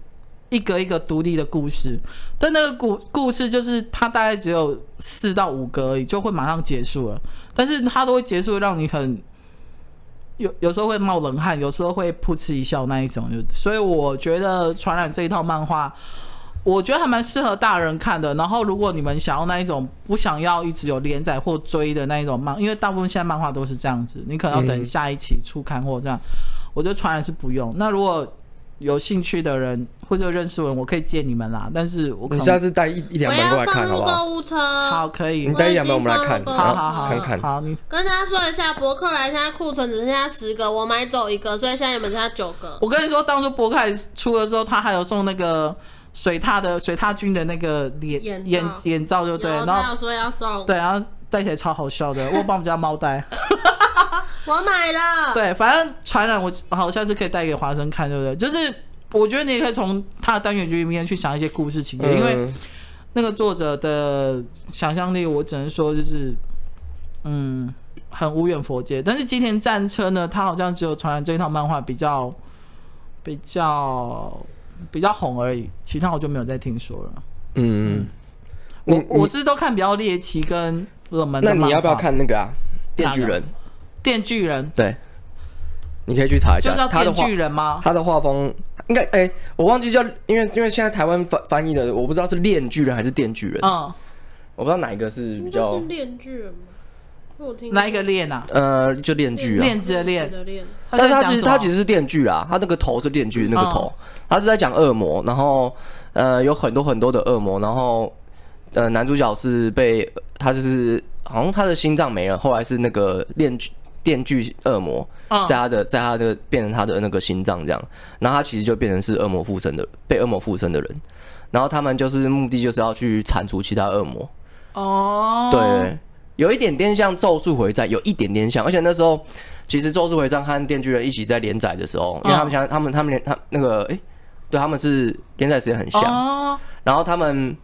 一个一个独立的故事，但那个故故事就是它大概只有四到五个而已，就会马上结束了。但是它都会结束，让你很有有时候会冒冷汗，有时候会噗嗤一笑那一种。就所以我觉得《传染》这一套漫画，我觉得还蛮适合大人看的。然后如果你们想要那一种不想要一直有连载或追的那一种漫，因为大部分现在漫画都是这样子，你可能要等
嗯
下一期出刊或这样。我觉得《传染》是不用。那如果有兴趣的人或者认识我，我可以借你们啦。但是我可
你下
能
次带一一两
我
本过
要
来
放
看好
入
不好？
购物车。
好可以
你，带一两本我们来
我已
看，
经放
然
入
好
后
好好，
看看。
好你。
跟大家说一下，博客来现在库存只剩下十个，我买走一个，所以现在你们剩下九个。
我跟你说，当初博凯出的时候，他还有送那个水獭的水獭军的那个脸
眼罩
眼眼罩，就对，
有
然
他
后
有说要送，
对，然后戴起来超好笑的，我有帮我们家猫戴。
我买了。
对，反正传染我好，下次可以带给华生看，对不对？就是我觉得你也可以从他的单元剧里面去想一些故事情节，因为
嗯
那个作者的想象力，我只能说就是，嗯，很无远佛界。但是吉田战车呢，它好像只有传染这一套漫画比较比较比较红而已，其他我就没有再听说了。
嗯，你
我我
你
是都看比较猎奇跟冷门的
那你要不要
漫画
看那个啊？电锯人，
电锯人？
对，你可以去查一
就
下
叫
他的
电
画
锯人吗？
他的画风应该哎、我忘记叫，因为因为现在台湾翻翻译的，我不知道是链锯人还是电锯人，
嗯，
我不知道哪一个是比
应
较
该是链锯人吧？我听过
哪一个链啊？
呃，就链锯啊。
链子的链
链子的链，
但是
在
他
讲
其实
什么啊哦
他其实是电锯啦，他那个头是电锯那个头，他是在讲恶魔，然后呃有很多很多的恶魔，然后呃男主角是被他就是好像他的心脏没了，后来是那个电锯电锯恶魔
嗯
在他的在他的变成他的那个心脏这样，然后他其实就变成是恶魔附身的被恶魔附身的人，然后他们就是目的就是要去铲除其他恶魔，
哦，
对，有一点点像《咒术回战》，有一点点像，而且那时候其实《咒术回战》和《电锯人》一起在连载的时
哦
候，因为他们想、他们他们连他那个诶，对他们是连载时间很像，
哦，
然后他们《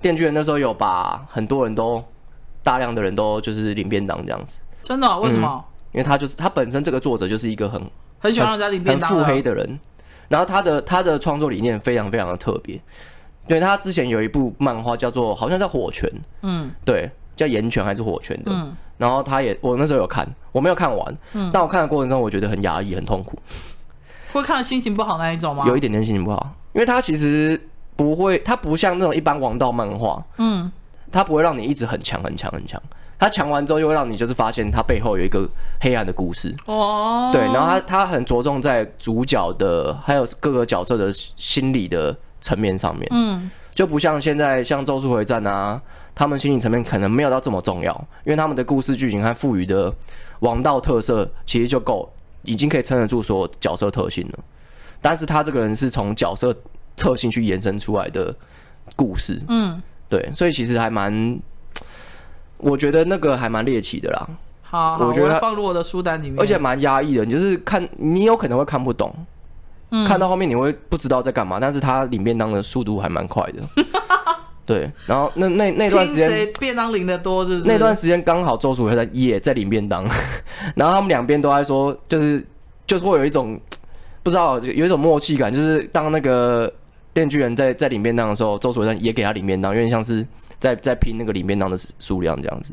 电锯人》那时候有把很多人都大量的人都就是领便当这样子，
真的哦、为什么？
因为他就是他本身这个作者就是一个很
很喜欢让家领
嗯
便
很
当
腹
啊，
黑的人，然后他的他的创作理念非常非常的特别。对他之前有一部漫画叫做好像叫《火拳》，
嗯
对，叫《岩泉》还是《火拳》的。
嗯
然后他也我那时候有看，我没有看完，但我看的过程中我觉得很压抑、很痛苦，
会看得心情不好那一种吗？
有一点点心情不好，因为他其实不会，他不像那种一般王道漫画，
嗯，
他不会让你一直很强、很强、很强。他强完之后，又会让你就是发现他背后有一个黑暗的故事，
哦，
对，然后他他很着重在主角的还有各个角色的心理的层面上面，
嗯，
就不像现在像《咒术回战》啊，他们心理层面可能没有到这么重要，因为他们的故事剧情和赋予的王道特色其实就够，已经可以撑得住所有角色特性了。但是他这个人是从角色特性去延伸出来的故事，
嗯，
对，所以其实还蛮，我觉得那个还蛮猎奇的啦，
好，好
我觉得
会
他
放入我的书单里面，
而且蛮压抑的，你就是看你有可能会看不懂。
嗯
看到后面你会不知道在干嘛，但是他领便当的速度还蛮快 的，对。然后那那那段时
拼
间，
谁便当领的多，是不是？
那段时间刚好周楚回在也在领便当， 然后他们两边都在说，就是就是会有一种不知道有一种默契感，就是当那个电锯人在在领便当的时候，周楚回也给他领便当，有点像是在在拼那个领便当的数量这样子。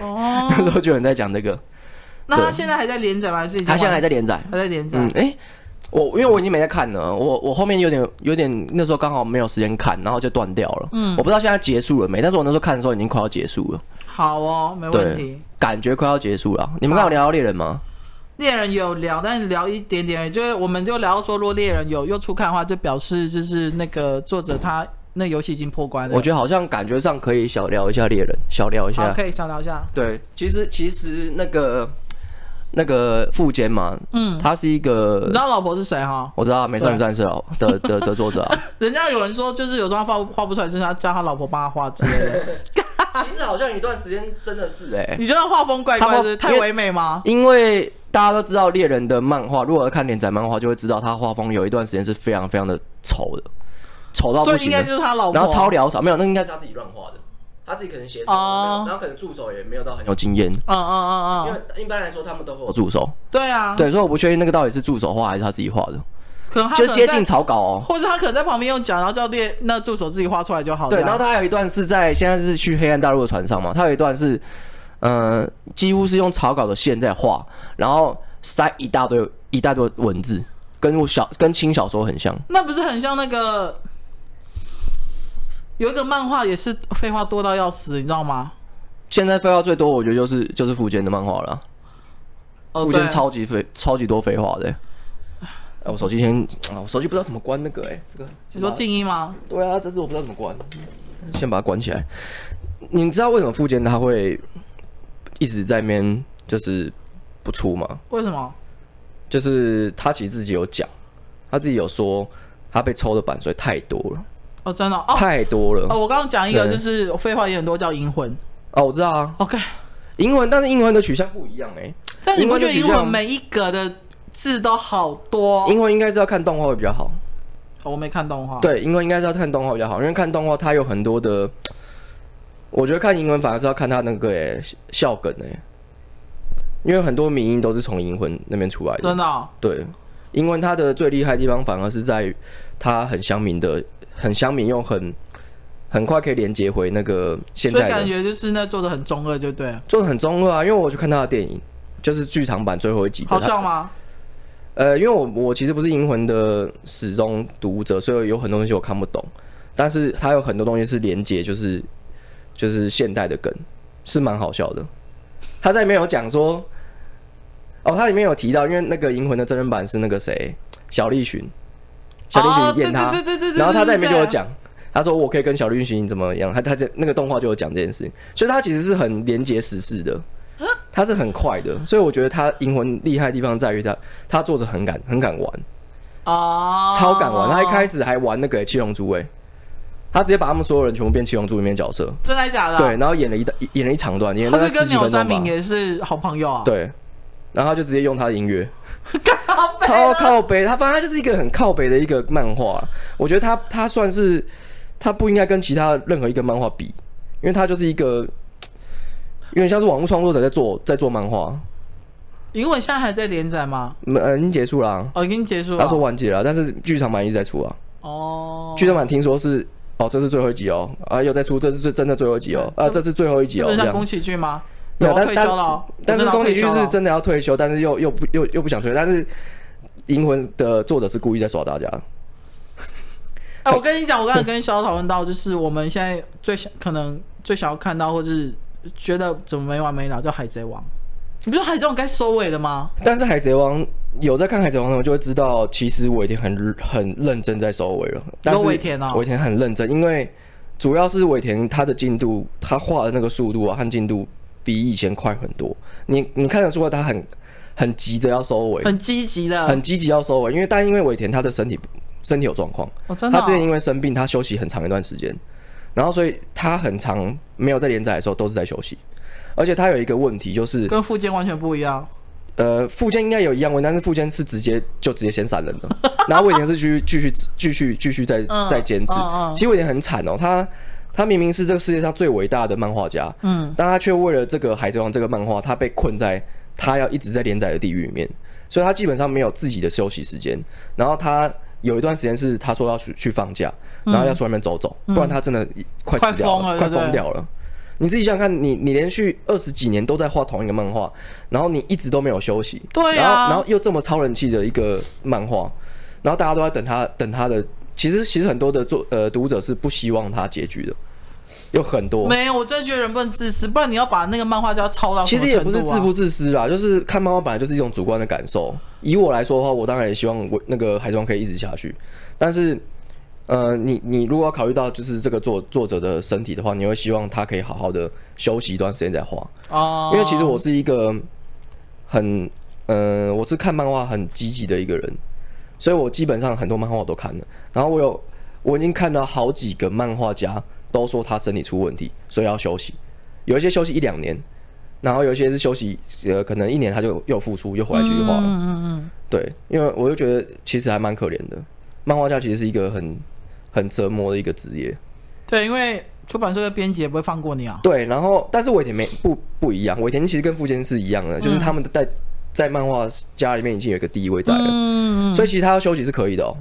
哦，
那时候就有人在讲这个，
那他
对
现在还在连载吗？还是已经
他现在还
完
在连载，
还在连载
嗯？，哎、我因为我已经没在看了，我我后面有点有点那时候刚好没有时间看，然后就断掉了。嗯，我不知道现在结束了没，但是我那时候看的时候已经快要结束了，
好哦，没问题。
感觉快要结束了。你们刚好聊到猎人吗？
猎人有聊，但聊一点点而已，就是我们就聊到说，如果猎人有又出看的话，就表示就是那个作者他那游戏已经破关了。
我觉得啊好像感觉上可以小聊一下猎人，小聊一
好，
下。
可以小聊一下。
对，其实其实那个那个副监嘛，
嗯，
他是一
你
个
知道老婆是谁哈？
我知道《美少女
对
战士》哦的的的作者 啊，
人家有人说，就是有时候他画画不出来，是他叫他老婆帮他画之类 的。
其实好像一段时间真的是哎、
你觉得画风怪怪
他画
的，是不是太
因为
唯美吗？
因为大家都知道猎人的漫画，如果看连载漫画，就会知道他画风有一段时间是非常非常的丑的，丑到
所
不
以
行
应该
的，
就是他老婆。
然后超潦草，没有，那应该是他自己乱画的，他自己可能写手，
哦
然后可能助手也没有到很有经验，
嗯嗯嗯
因
嗯，
为一般来说他们都会有助手，
对啊，，
对，所以我不确定那个到底是助手画还是他自己画的，
可能他
就
可能
接
在
近，草稿哦。
或者他可能在旁边用讲，然后叫猎那助手自己画出来就好了。啊
对，然后他还有一段是在现在是去黑暗大陆的船上嘛，他有一段是，呃，几乎是用草稿的线在画，然后塞一大堆一大堆文字，跟我小跟轻小说很像。
那不是很像那个有一个漫画也是废话多到要死，你知道吗？
现在废话最多，我觉得就是就是福建的漫画了，
哦，
福
对
建，超级废超级多废话的、欸哎我手机先啊，我手机不知道怎么关那个哎、这个
你说静音吗？
对啊，这次我不知道怎么关，先把它关起来。你知道为什么富坚他会一直在那边就是不出吗？
为什么？
就是他其实自己有讲，他自己有说他被抽的版税太多了，
哦，真的哦哦
太多了。
我刚刚讲一个
对
就是废话也很多，叫银魂。
哦，我知道啊，
OK，
英文，但是英文的取向不一样哎、
但你不觉得银
银魂就取
魂
向
每一格的字都好多？
英文应该是要看动画会比较好。
哦我没看动画。，
对，英文应该是要看动画比较好，因为看动画它有很多的，我觉得看英文反而是要看它那个诶、笑梗诶、因为很多民音都是从英文那边出来的。
真的哦
对，英文它的最厉害的地方反而是在于它很乡民的，很乡民又很很快可以连接回那个现
所以
在
感
的，
觉就是那作者很中二，就对了。
做的很中二啊。因为我去看他的电影，就是剧场版最后一集的
好
它
笑吗？
呃，因为我我其实不是银魂的始终读者，所以有很多东西我看不懂，但是它有很多东西是连接，就是就是现代的梗，是蛮好笑的。他在里面有讲说，哦，它里面有提到，因为那个银魂的真人版是那个谁，小栗旬，小栗
哦
旬演他，
对对对对对对。
然后他在里
对
面就有，讲，他说我可以跟小栗旬怎么样，他他在那个动画就有讲这件事情，所以他其实是很连接时事的，
啊
他是很快的，所以我觉得他银魂厉害的地方在于他他作者很敢很敢玩，
对哦，
超敢玩，他一开始还玩那个欸七龙珠哎、他直接把他们所有人全部变七龙珠里面的角色，
真的啊假的？
对，，然后演了一大演了一长段，演了
他
大概
就
十
跟
几
鸟
分
山
钟吧
明，也是好朋友啊。
对，然后他就直接用他的音乐。
靠啊北
超靠北，他反正他就是一个很靠北的一个漫画。我觉得他他算是他不应该跟其他任何一个漫画比，因为他就是一个有点像是网络创作者在做在做漫画。
银魂现在还在连载吗？
嗯呃，已经结束了啊，
哦，已经结束了。
他说完结了，但是剧场版一直在出啊。
哦，
剧场版听说是哦，这是最后一集哦，啊，又在出，这是最真的最后一集哦，啊，这是最后一集
这
哦，
不是
这
像
样
宫。崎骏吗？
没有
有啊
但
退休了哦，
但是
我知道
宫崎骏
退休
是
了
真的要退休，但是又又不又又不想退，但是银魂的作者是故意在耍大家。
哎、我跟你讲，我刚才跟肖讨论到，就是我们现在最想可能最想要看到，或是觉得怎么没完没了，叫《海贼王》。你不是《海贼王》该收尾了吗？
但是海贼王有在看海贼王的，我就会知道，其实尾田很很认真在收尾了。但是
尾田哦
尾田很认真，因为主要是尾田他的进度，他画的那个速度啊和进度比以前快很多。你你看得出来，他很很急着要收尾，
很积极的，
很积极要收尾，因为但因为尾田他的身体身体有状况，
哦、真的、
他之前
哦。
因为生病，他休息很长一段时间，然后所以他很长没有在连载的时候都是在休息，而且他有一个问题就是，
跟附件完全不一样，
呃，富坚应该有一样问，但是富坚是直接就直接先闪人 了，然后尾田是继续继续继续继续再
嗯
再坚持
嗯嗯。
其实尾田很惨哦，他他明明是这个世界上最伟大的漫画家，
嗯，
但他却为了这个《海贼王》这个漫画，他被困在他要一直在连载的地狱里面，所以他基本上没有自己的休息时间。然后他有一段时间是他说要去去放假，然后要去外面走走，不然他真的快死掉了，快
嗯快疯了对不对
疯掉了。你自己想想看，你你连续二十几年都在画同一个漫画，然后你一直都没有休息，
对啊
然后然后又这么超人气的一个漫画，然后大家都在等他等他的，其实其实很多的作呃读者是不希望他结局的，有很多
没有，我真的觉得人不能自私，不然你要把那个漫画家抄到、
其实也不
啊
是自不，自私啦，就是看漫画本来就是一种主观的感受。以我来说的话，我当然也希望我那个海中可以一直下去，但是，呃，你你如果要考虑到就是这个作作者的身体的话，你会希望他可以好好的休息一段时间再画，
哦，
因为其实我是一个很，呃，我是看漫画很积极的一个人，所以我基本上很多漫画我都看了，然后我有我已经看到好几个漫画家都说他身体出问题，所以要休息，有一些休息一两年，然后有一些是休息呃可能一年他就又复出又回来继续画了，
嗯嗯嗯，
对，因为我就觉得其实还蛮可怜的，漫画家其实是一个很很折磨的一个职业，
对，因为出版社的编辑也不会放过你啊。
对，然后但是尾田没不不一样，尾田其实跟富坚是一样的，就是他们在在漫画家里面已经有一个地位在了，
嗯，
所以其实他要休息是可以的哦。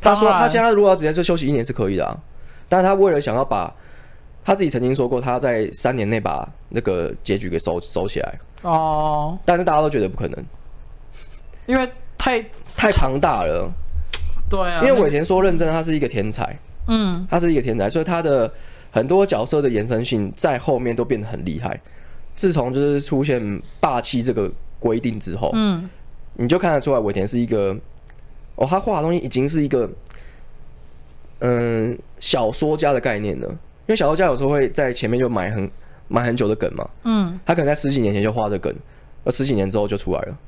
他说
当然
他现在如果要直接说休息一年是可以的啊，但是他为了想要把他自己曾经说过他在三年内把那个结局给收收起来，
哦，
但是大家都觉得不可能，
因为太
太庞大了。
对啊，
因为尾田说认真，他是一个天才，
嗯，
他是一个天才，所以他的很多角色的延伸性在后面都变得很厉害。自从就是出现霸气这个规定之后，
嗯，
你就看得出来尾田是一个，哦，他画的东西已经是一个，嗯，小说家的概念了。因为小说家有时候会在前面就埋很埋很久的梗嘛，
嗯，
他可能在十几年前就画的梗，而十几年之后就出来了。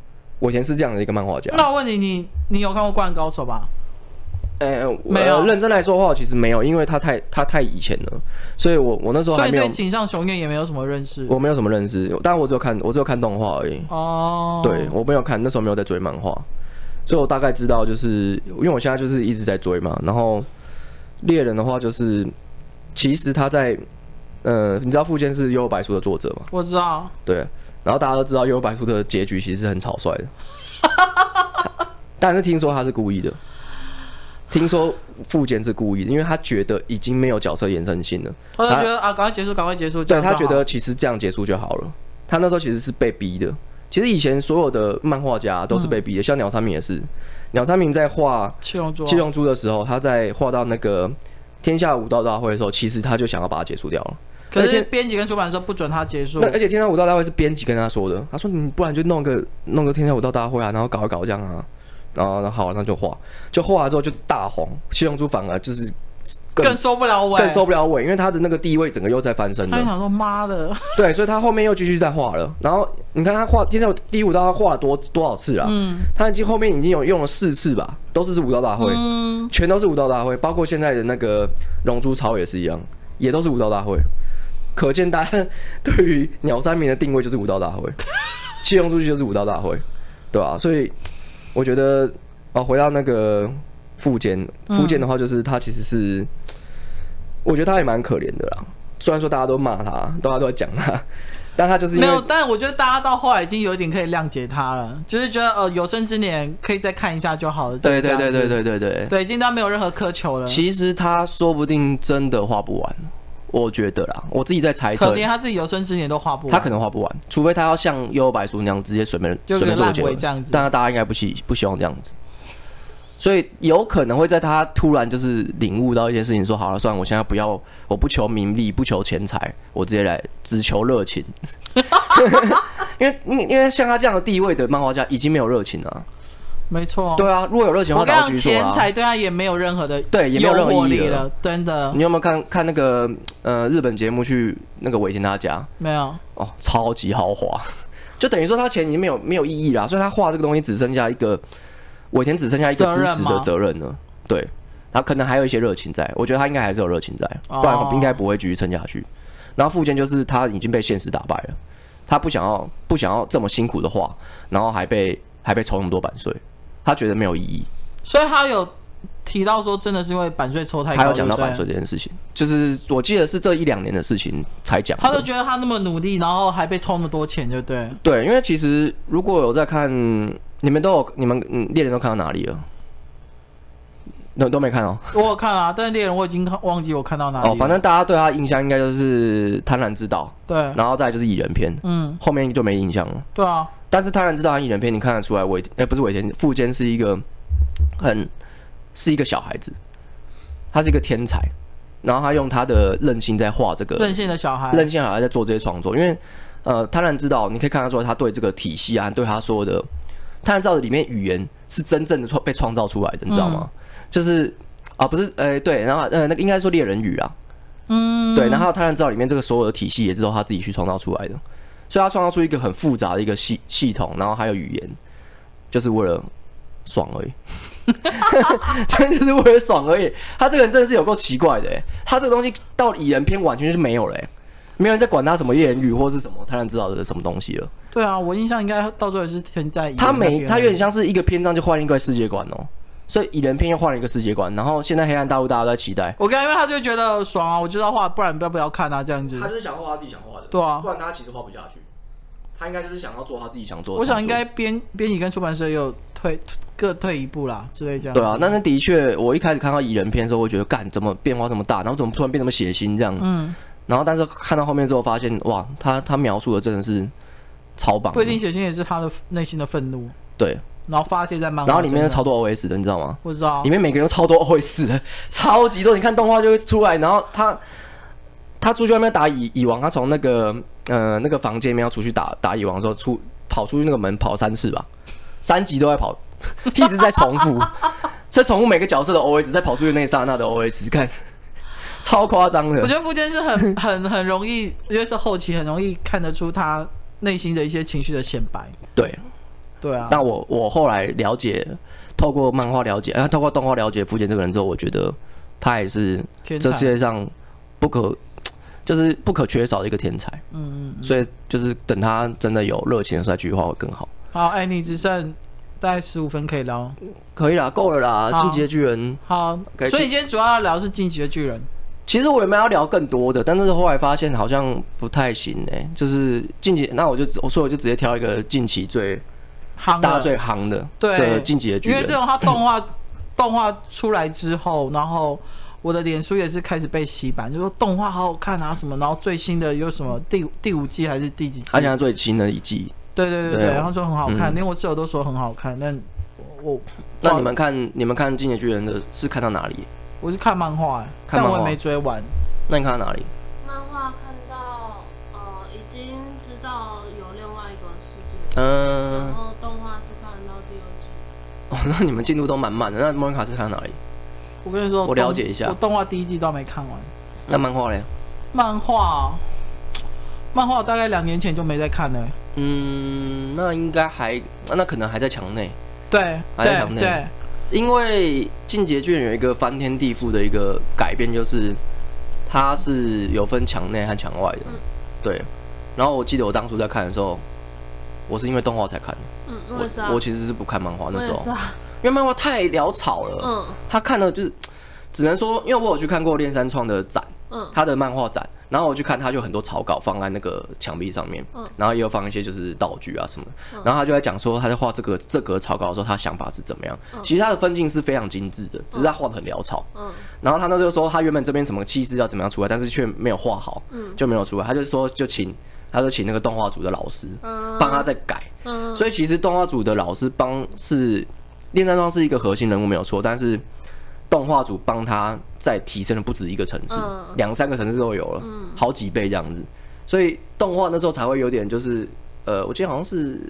尾田是这样的一个漫画家。
那我问你，你你有看过《灌篮高手》吧？
呃，我
没有
认真来说的话，我其实没有，因为他太他太以前了，所以我我那时候
所
还
以
没有
对，井上雄彦也没有什么认识。
我没有什么认识，但我只有看我只有看动画而已。
哦，
对，我没有看，那时候没有在追漫画，所以我大概知道，就是因为我现在就是一直在追嘛。然后猎人的话，就是其实他在呃，你知道富坚是《幽游白书》的作者嘛？
我知道，
对，然后大家都知道《幽游白书》的结局其实是很草率的， 但是听说他是故意的。听说富坚是故意的，因为他觉得已经没有角色延伸性了，
他就
他
觉得啊，赶快结束，赶快结束。这
对
样
他
就
觉
好
得其实这样结束就好了。他那时候其实是被逼的。其实以前所有的漫画家都是
嗯
被逼的，像鸟山明也是。鸟山明在画
七龙珠
《
啊，
七龙珠》的时候，他在画到那个天下武道大会的时候，其实他就想要把它结束掉了。
可
而且
是编辑跟出版社不准他结束
那。而且天下武道大会是编辑跟他说的，他说你不然就弄个弄个天下武道大会啊，然后搞一搞这样啊，然后然后好那就画，就画了之后就大红，《七龙珠》反而就是更
更受不了我，
更受不了尾，因为他的那个地位整个又在翻身
他
了
就。想说妈的，
对，所以他后面又继续在画了。然后你看他画《天下第五道》，他画了多多少次啊？
嗯
他已经后面已经有用了四次吧，都是武道大会，
嗯，
全都是武道大会，包括现在的那个《龙珠超》也是一样，也都是武道大会。可见大家对于鸟山明的定位就是武道大会，七龙珠就是武道大会，对吧、所以我觉得哦，回到那个富坚，富坚的话就是他其实是，我觉得他也蛮可怜的啦。虽然说大家都骂他，大家都在讲他，但他就是因
没有，
为
但我觉得大家到后来已经有一点可以谅解他了，就是觉得呃有生之年可以再看一下就好了。
对
就这
对
样
对对
子
对对对，
对，已经他没有任何苛求了，
其实他说不定真的画不完，我觉得啦，我自己在猜
可
测，
连他自己有生之年都画不完。
他可能画不完，除非他要像《幽游白书》那样直接随便
就
随便做
烂
结
尾
尾
这样子
但大家应该不希不希望这样子，所以有可能会在他突然就是领悟到一些事情，说好了，算了，我现在不要，我不求名利，不求钱财，我直接来，只求热 情。因为因为因为像他这样的地位的漫画家已经没有热情了、
没错。
对啊，如果有热情的
哦我
话，
跟
早
你讲，
就去做了啊、
钱财对他也没有任何的
对也没有任何
诱惑
意义
力
了嗯
了，真的
你有没有看看那个呃日本节目去那个尾田他家？
没有。
哦，超级豪华， 就等于说他钱已经没有没有意义啦，所以他画这个东西只剩下一个尾田只剩下一个
责任
知识
吗
的责任了。对，他可能还有一些热情在，我觉得他应该还是有热情在，
哦
不然应该不会继续撑下去。然后附件就是他已经被现实打败了，他不想要不想要这么辛苦的画，然后还被还被抽那么多版税，他觉得没有意义。
所以他有提到说，真的是因为版税抽太高，
他有讲到
对不对
版税，这件事情，就是我记得是这一两年的事情才讲的。
他就觉得他那么努力，然后还被抽那么多钱，就对。
对，因为其实如果有在看，你们都有你们嗯猎人都看到哪里了？都都没看哦。
我有看啊，但是猎人我已经看忘记我看到哪里了。啊
哦，反正大家对他印象应该就是《贪婪之道
对》，，
然后再来就是《蚁人篇》，
嗯，
后面就没印象了。
对啊，
但是《贪婪之道》和《蚁人篇》，你看得出来尾哎、不是尾田，富坚是一个很是一个小孩子，他是一个天才，然后他用他的任性在画这个
任性的小孩，
任性好像在做这些创作，因为呃，贪婪之道你可以看得出来，他对这个体系啊，对他说的贪婪之道里面语言是真正的创被创造出来的，你知道吗？就是啊，不是，呃、对，然后呃，那个应该说猎人语啊，
嗯，
对，然后贪婪之道里面这个所有的体系也是都他自己去创造出来的，所以他创造出一个很复杂的一个系系统，然后还有语言，就是为了爽而已。 真的就是为了爽而已。他这个人真的是有够奇怪的欸，他这个东西到蚁人篇完全就是没有了欸，没有人在管他什么猎人语或是什么贪婪之道的什么东西了。
对啊，我印象应该到最后也是存在蚁人那
他
边而已。
每他有点像是一个篇章就换一个世界观哦，所以蚁人篇又换了一个世界观，然后现在黑暗大陆大家都在期待，
我刚因为他就觉得爽啊，我就要画，不然不要不要看啊，这样子。
就是想画他自己想画的，
对啊
不然他其实画不下去。他应该就是想要做他自己想做
我想应该编编辑跟出版社也有退各退一步啦，之类这样子。
对啊，那那的确，我一开始看到蚁人片的时候，我觉得干怎么变化这么大，然后怎么突然变那么血腥这样，
嗯，
然后但是看到后面之后发现，哇，他他描述的真的是超棒的，
不一定写信也是他的内心的愤怒，
对，
然后发泄在漫画。
然后里面有超，多 OS 的，你知道吗？
我知道
里，面每个人都超多 OS 的，超级多，你看动画就会出来，然后他他出去外面打蚁蚁王，他从那个呃那个房间里面要出去打打蚁王的时候，出跑出去那个门跑三次吧，三集都在跑， 一直在重复， 在重复每个角色的 OS，在跑出去那一刹那的 OS，看超夸张
我
的
觉。得福建是很 很很容易，因为是后期很容易看得出他内心的一些情绪的显摆。
对，
对啊，
但我我后来了解，透过漫画了解，啊，透过动画了解福建这个人之后，我觉得他也是
天才
这世界上不可就是不可缺少的一个天才。嗯嗯。所以就是等他真的有热情的时候再去画会更好。
好，哎，你只剩大概十五分可以聊。
可以啦，够了啦，
好
《进击的巨人》。
好，
可以
所以
去
今天主要要聊是《进击的巨人》。
其实我原本要聊更多的，但是后来发现好像不太行哎、就是近期，那我就我说我就直接挑一个近期最
夯
大家
了。
最夯的
对
的《进击的巨
因
人
为》这。种它动画 动画出来之后，然后我的脸书也是开始被洗版，就说动画好好看啊什么，然后最新的有什么第五第五季还是第几季？
而且它最新的一季，
对对对对，
对
然后说很好看，
嗯
连我室友都说很好看，但我
那你们看你们看《进击的巨人》的是看到哪里？
我是看漫画、欸，
看
但
漫画
我也没追完。
那你看到哪里？
漫画看到呃，已经知道有另外一个世界，
嗯、
呃
然后动画是看到第二集，
哦，那你们进度都满满的。那莫妮卡是看到哪里？
我跟你说，
我了
动
解一下
我动画第一季都没看完，
那漫画嘞？
漫画。漫画我大概两年前就没在看了欸、
嗯，那应该还，啊那可能还在墙内，
对
还在场
对
内
对，
因为《进击的巨人》有一个翻天地覆的一个改变，就是它是有分墙内和墙外的
嗯，
对。然后我记得我当初在看的时候，我是因为动画才看的，
嗯，我也是啊，
我我其实是不看漫画那
我
时
也
候
是，啊，
因为漫画太潦草了，
嗯
他看的就是，只能说，因为我有去看过炼山创的展，
嗯
他的漫画展，然后我去看，他就很多草稿放在那个墙壁上面，然后也有放一些就是道具啊什么的。然后他就在讲说，他在画这个这格草稿的时候，他想法是怎么样。其实他的分镜是非常精致的，只是他画的很潦草。
嗯
然后他那时候说，他原本这边什么气势要怎么样出来，但是却没有画好，
嗯
就没有出来。他就说，就请他就请那个动画组的老师
嗯
帮他再改。
嗯
所以其实动画组的老师帮是练山庄是一个核心人物没有错，但是动画组帮他再提升了不止一个层次
嗯，
两、三个层次都有了，好几倍这样子。所以动画那时候才会有点就是，呃，我记得好像是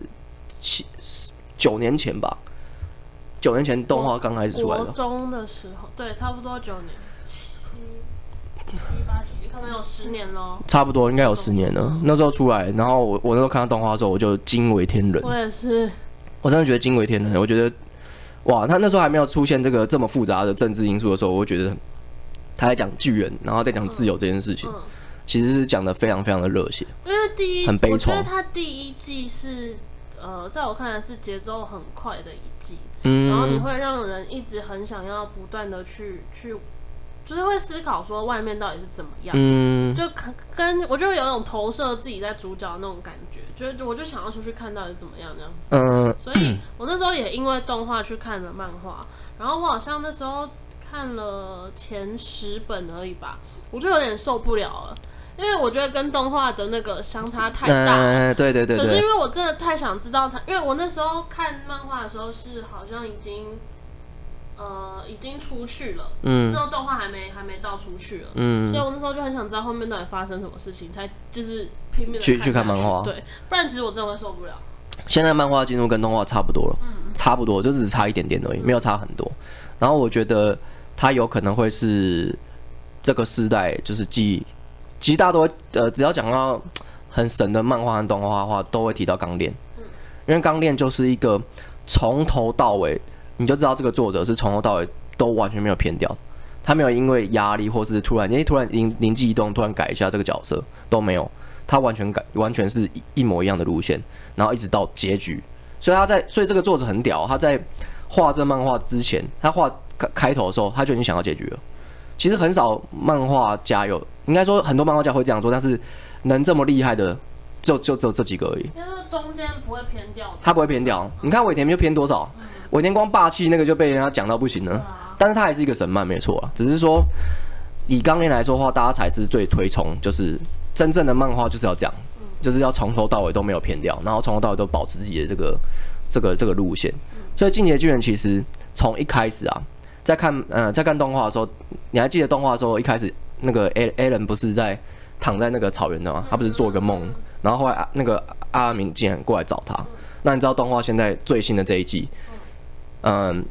七十九年前吧，九年前动画刚开始出来
国
的，
中的时候，对，差不多九年，七七八九，可能有十年咯。
差不多应该有十年
嗯
了。那时候出来，然后我我那时候看到动画之后，我就惊为天人。
我也是，
我真的觉得惊为天人。我觉得，哇，他那时候还没有出现这个这么复杂的政治因素的时候，我就觉得他在讲巨人，然后在讲自由这件事情，
嗯
其实是讲的非常非常的热血。
因为第一，
很悲
我觉
怆
得他第一季是，呃，在我看来是节奏很快的一季，然后你
嗯，
会让人一直很想要不断的去去，就是会思考说外面到底是怎么样，
嗯，
就可跟我就有一种投射自己在主角的那种感觉，就是我就想要出去看到底怎么样这样子。
嗯，
所以我那时候也因为动画去看了漫画，然后我好像那时候看了前十本而已吧，我就有点受不了了，因为我觉得跟动画的那个相差太大了。
嗯，对对对
可是因
对，
为我真的太想知道他，因为我那时候看漫画的时候是好像已经，呃，已经出去了，那
嗯
时候动画还没还没到出去了，所以
嗯，
我那时候就很想知道后面到底发生什么事情，才就是拼命的
去去看
下
漫画
对，不然其实我真的会受不了。
现在漫画进度跟动画差不多了，差不多就只是差一点点而已，没有差很多。然后我觉得它有可能会是这个时代，就是继其实大家都会呃，只要讲到很神的漫画和动画的话，都会提到《钢炼》，因为《钢炼》就是一个从头到尾你就知道这个作者是从头到尾都完全没有偏掉，他没有因为压力或是突然诶突然灵灵机一动，突然改一下这个角色都没有，他完全改完全是一一模一样的路线，然后一直到结局，所以他在所以这个作者很屌，他在画这漫画之前，他画开开头的时候他就已经想到结局了。其实很少漫画家有，应该说很多漫画家会这样做，但是能这么厉害的就就只有这几个而已。
应该说中间不会偏掉的，
他不会偏掉。你看尾田就偏多少？尾田光霸气那个就被人家讲到不行了，但是他还是一个神漫没错啊，只是说以钢炼来说的话，大家才是最推崇，就是真正的漫画就是要这样，就是要从头到尾都没有偏掉，然后从头到尾都保持自己的这个这个这个路线。所以《进阶巨人》其实从一开始啊，在看呃在看动画的时候，你还记得动画的时候一开始那个 A A 人不是在躺在那个草原的吗？他不是做一个梦，然后后来啊那个阿明竟然过来找他。那你知道动画现在最新的这一季，嗯，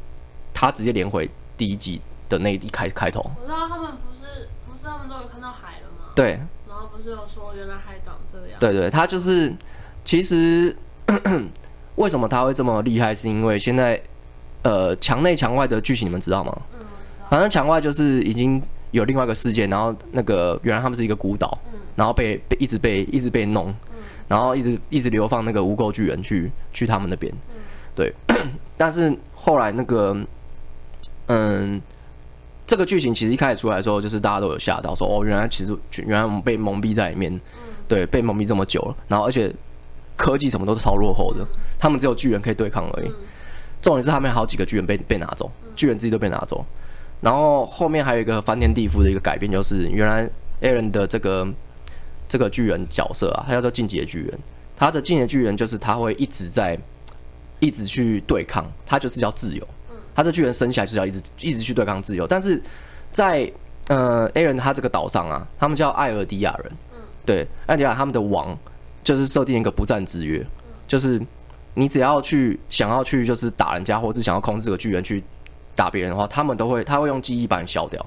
他直接连回第一季的那一开开头，
我知道他们不是不是他们都有看到海了吗？
对
然后不是有说原来海长这样，
对对，他就是其实 为什么他会这么厉害，是因为现在呃墙内墙外的剧情你们知道吗？
嗯，我知道，
反正墙外就是已经有另外一个世界，然后那个原来他们是一个孤岛，
嗯
然后被被一直被一直被弄，然后一直一直流放那个无垢巨人去去他们那边，
嗯
对。 但是后来那个，嗯，这个剧情其实一开始出来的时候，就是大家都有吓到说，哦，原来其实原来我们被蒙蔽在里面，对，被蒙蔽这么久了，然后而且科技什么都是超落后的，他们只有巨人可以对抗而已。重点是他们好几个巨人被被拿走，巨人自己都被拿走。然后后面还有一个翻天地覆的一个改变，就是原来 Aaron 的这个这个巨人角色啊，他叫做进阶巨人。他的进阶巨人就是他会一直在一直去对抗，他就是要自由。他这巨人生下来就是要一直一直去对抗自由，但是在呃 Aaron 他这个岛上啊，他们叫艾尔迪亚人，对，艾尔迪亚他们的王就是设定一个不战之约，就是你只要去想要去就是打人家，或是想要控制这个巨人去打别人的话，他们都会他会用记忆把你消掉。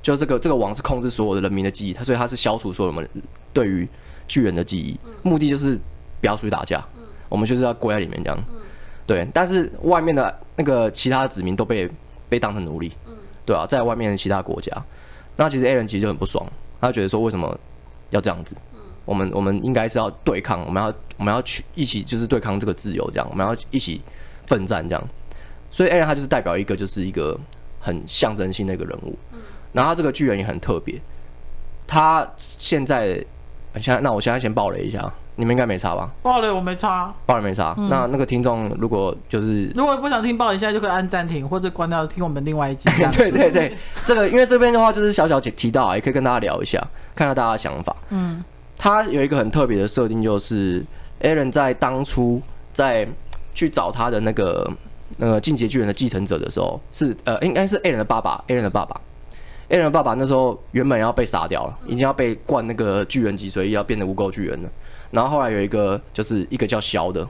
就这个这个王是控制所有的人民的记忆，他所以他是消除所有人对于巨人的记忆，目的就是不要出去打架，我们就是要跪在里面这样。对，但是外面的那个其他的子民都被被当成奴隶，对啊，在外面的其他国家，那其实 A 人其实就很不爽，他觉得说为什么要这样子？我们我们应该是要对抗，我们要我们要去一起就是对抗这个自由，这样我们要一起奋战这样。所以 A 人他就是代表一个就是一个很象征性的一个人物，然后他这个巨人也很特别，他现在，现在那我现在先爆雷一下，你们应该没差吧？
爆雷我没差啊，
爆雷没差。那那个听众如果就是
如果不想听爆雷，现在就可以按暂停或者关掉，听我们另外一集。 这样
对对对，这个因为这边的话就是小小姐提到啊，也可以跟大家聊一下，看看大家的想法。嗯，他有一个很特别的设定，就是 Aaron 在当初在去找他的那个那个进阶巨人的继承者的时候，是呃应该是 Aaron 的爸爸，Aaron 的爸爸。Aaron 的爸爸那时候原本要被杀掉了，已经要被灌那个巨人脊髓液，要变成无垢巨人了。然后后来有一个就是一个叫肖的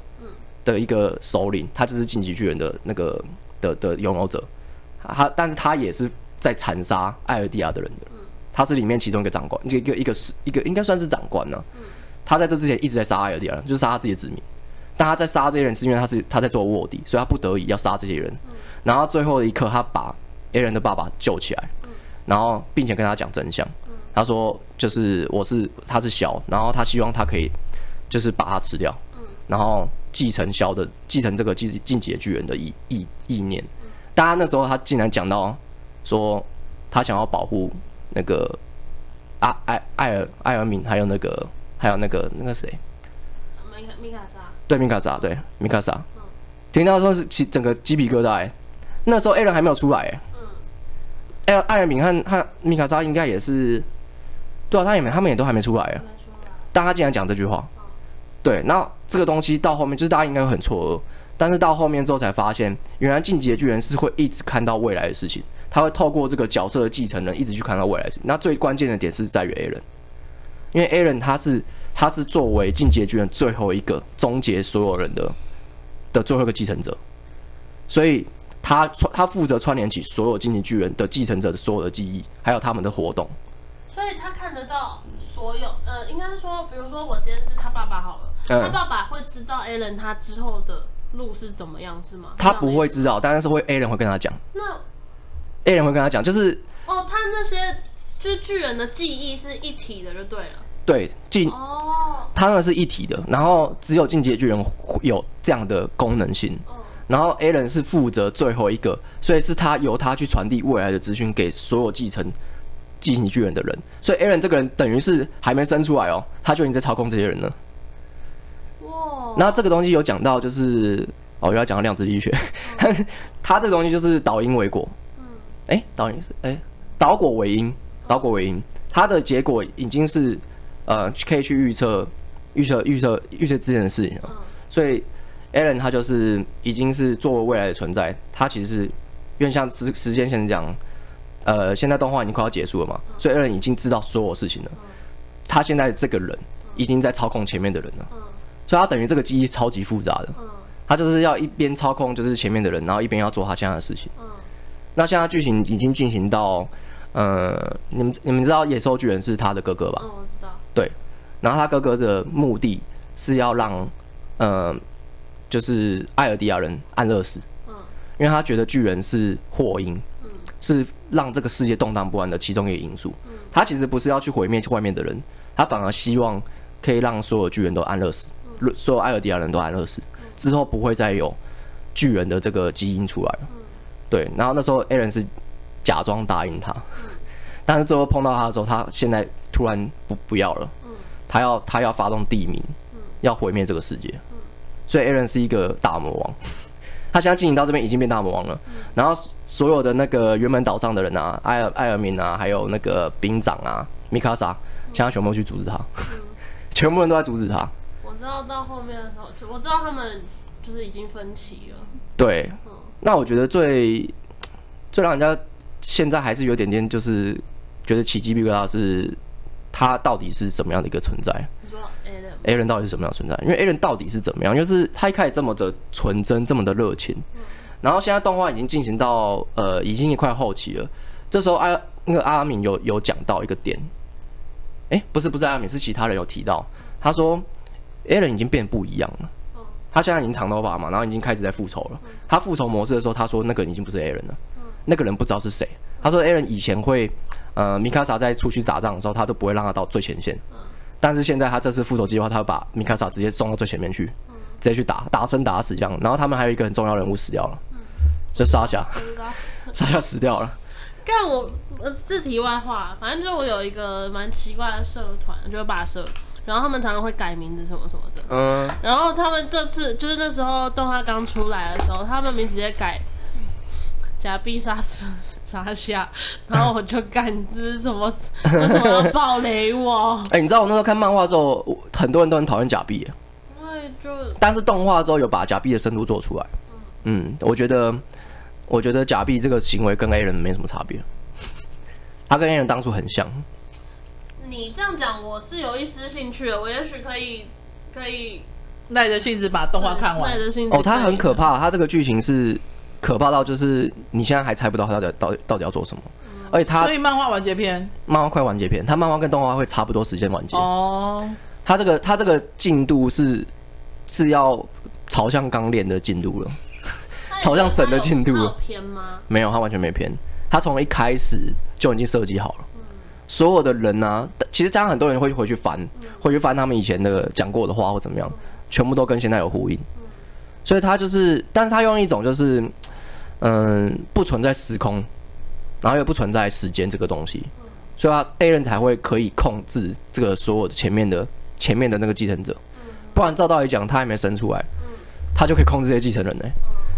的一个首领，他就是进击巨人的那个的的拥有者。他但是他也是在残杀艾尔迪亚的人的，他是里面其中一个长官，一个一个是一个应该算是长官呢、他在这之前一直在杀艾尔迪亚人，就是杀他自己的子民。但他在杀这些人是因为他是他在做卧底，所以他不得已要杀这些人。然后最后的一刻，他把 A 人的爸爸救起来，然后并且跟他讲真相。他说就是我是他是小，然后他希望他可以就是把他吃掉，然后继承小的继承这个进进阶巨人的意意意念。大家那时候他竟然讲到说他想要保护那个阿艾艾尔艾尔敏，还有那个还有那个那个谁，
呃米卡米卡莎，
对米卡莎，对米卡莎，听到说是起整个鸡皮疙瘩、欸。那时候艾伦还没有出来、欸，艾艾尔敏和和米卡莎应该也是，对啊，他也没他们也都还没出来、欸，
没出来，
但他竟然讲这句话，对，那这个东西到后面就是大家应该会很错愕，但是到后面之后才发现，原来进击的巨人是会一直看到未来的事情，他会透过这个角色的继承人一直去看到未来的事情。那最关键的点是在于 A 人，因为 A 人他是他是作为进击的巨人最后一个终结所有人的的最后一个继承者，所以他他负责串联起所有进击巨人的继承者的所有的记忆，还有他们的活动。
所以他看得到所有，呃，应该是说，比如说我今天是他爸爸好了，
嗯
他爸爸会知道 a l a n 他之后的路是怎么样，是吗？
他不会知道，但是会 A 人会跟他讲
那
，A 人会跟他讲，就是
哦，他那些就是巨人的记忆是一体的，就对了。
对进
哦，
它那是一体的，然后只有进阶巨人会有这样的功能性，
嗯，
然后 a l a n 是负责最后一个，所以是他由他去传递未来的资讯给所有继承进行巨人的人，所以 a l a n 这个人等于是还没生出来哦，他就已经在操控这些人了。
哇，
那这个东西有讲到，就是哦，又要讲到量子力学，它这个东西就是导因为果。哎、导因是哎、导果为因，导果为因，它的结果已经是呃可以去预测、预测、预测、预测之前的事情了。所以 Alan 他就是已经是作为未来的存在，他其实是因为像时时间线讲，呃，现在动画已经快要结束了嘛，
嗯
所以 Alan 已经知道所有事情了。他现在这个人已经在操控前面的人了。
嗯
所以他等于这个记忆超级复杂的，
嗯
他就是要一边操控就是前面的人，然后一边要做他现在的事情。
嗯，
那现在剧情已经进行到，呃，你们你们知道野兽巨人是他的哥哥吧？
嗯，我知道，
对，然后他哥哥的目的是要让，呃，就是艾尔迪亚人安乐死，
嗯
因为他觉得巨人是祸因，
嗯
是让这个世界动荡不安的其中一个因素
嗯。
他其实不是要去毁灭外面的人，他反而希望可以让所有巨人都安乐死，
嗯
所有艾尔迪亚人都安乐死，之后不会再有巨人的这个基因出来
嗯
了。对，然后那时候 a 伦是假装答应他，
嗯
但是最后碰到他的时候，他现在突然不不要了，他要他要发动地名，要毁灭这个世界，所以 a 伦是一个大魔王。 他现在进行到这边已经变大魔王了，然后所有的那个原本岛上的人啊，艾尔艾尔敏啊，还有那个兵长啊，米卡莎，现在全部去阻止他， 全部人都在阻止他。
我知道到后面的时候，就我知道他们就是已经分歧了。
对
嗯，
那我觉得最最让人家现在还是有点点就是觉得奇迹比疙瘩是他到底是怎么样的一个存在
你说 a l a n
a 人到底是什么样的存在？因为 a 人到底是怎么样？就是他一开始这么的纯真，这么的热情，然后现在动画已经进行到呃，已经快后期了。这时候阿那个阿敏有有讲到一个点，哎，不是不是阿敏，是其他人有提到，他说 a 人已经变不一样了
嗯。
他现在已经长头发嘛，然后已经开始在复仇了。他复仇模式的时候，他说那个人已经不是 a 人了，那个人不知道是谁。他说 a 人以前会，呃，米卡莎在出去打仗的时候，他都不会让他到最前线。但是现在他这次复仇计划，他把米卡萨直接送到最前面去，直接去打，打生打死这样。然后他们还有一个很重要人物死掉了，就沙夏，
我知道，
沙夏死掉了。
干我呃，这题外话，反正就我有一个蛮奇怪的社团，就是霸社，然后他们常常会改名字什么什么的。
嗯，
然后他们这次就是那时候动画刚出来的时候，他们名字也改假币杀死杀下，然后我就感知什 么为什么要暴雷我，
哎、你知道我那时候看漫画之后，我很多人都很讨厌假币耶，
因为就
但是动画之后有把假币的深度做出来。嗯，我觉得，我觉得假币这个行为跟 A 人没什么差别，他跟 A 人当初很像。
你这样讲，我是有一丝兴趣的，我也许可以可以
耐着性子把动画看
耐
完。
着性子
哦，他
看
很
一
可
下。
怕，他这个剧情是可怕到就是你现在还猜不到他到底到底到底要做什么，而且他
所以漫画完结篇
漫画快完结篇，他漫画跟动画会差不多时间完结，
哦，
他这个他这个进度是是要朝向刚练的进度了，
那你
朝向
觉得
神的
他有
进度
他有
了
偏吗？
没有，他完全没偏，他从一开始就已经设计好了。所有的人啊，其实加上很多人会回去翻，回去翻他们以前的讲过的话或怎么样，全部都跟现在有呼应。所以他就是，但是他用一种就是，嗯，不存在时空，然后又不存在时间这个东西，所以他 A 人才会可以控制这个所有的前面的前面的那个继承者，不然照道理讲，他还没生出来，他就可以控制这些继承人呢、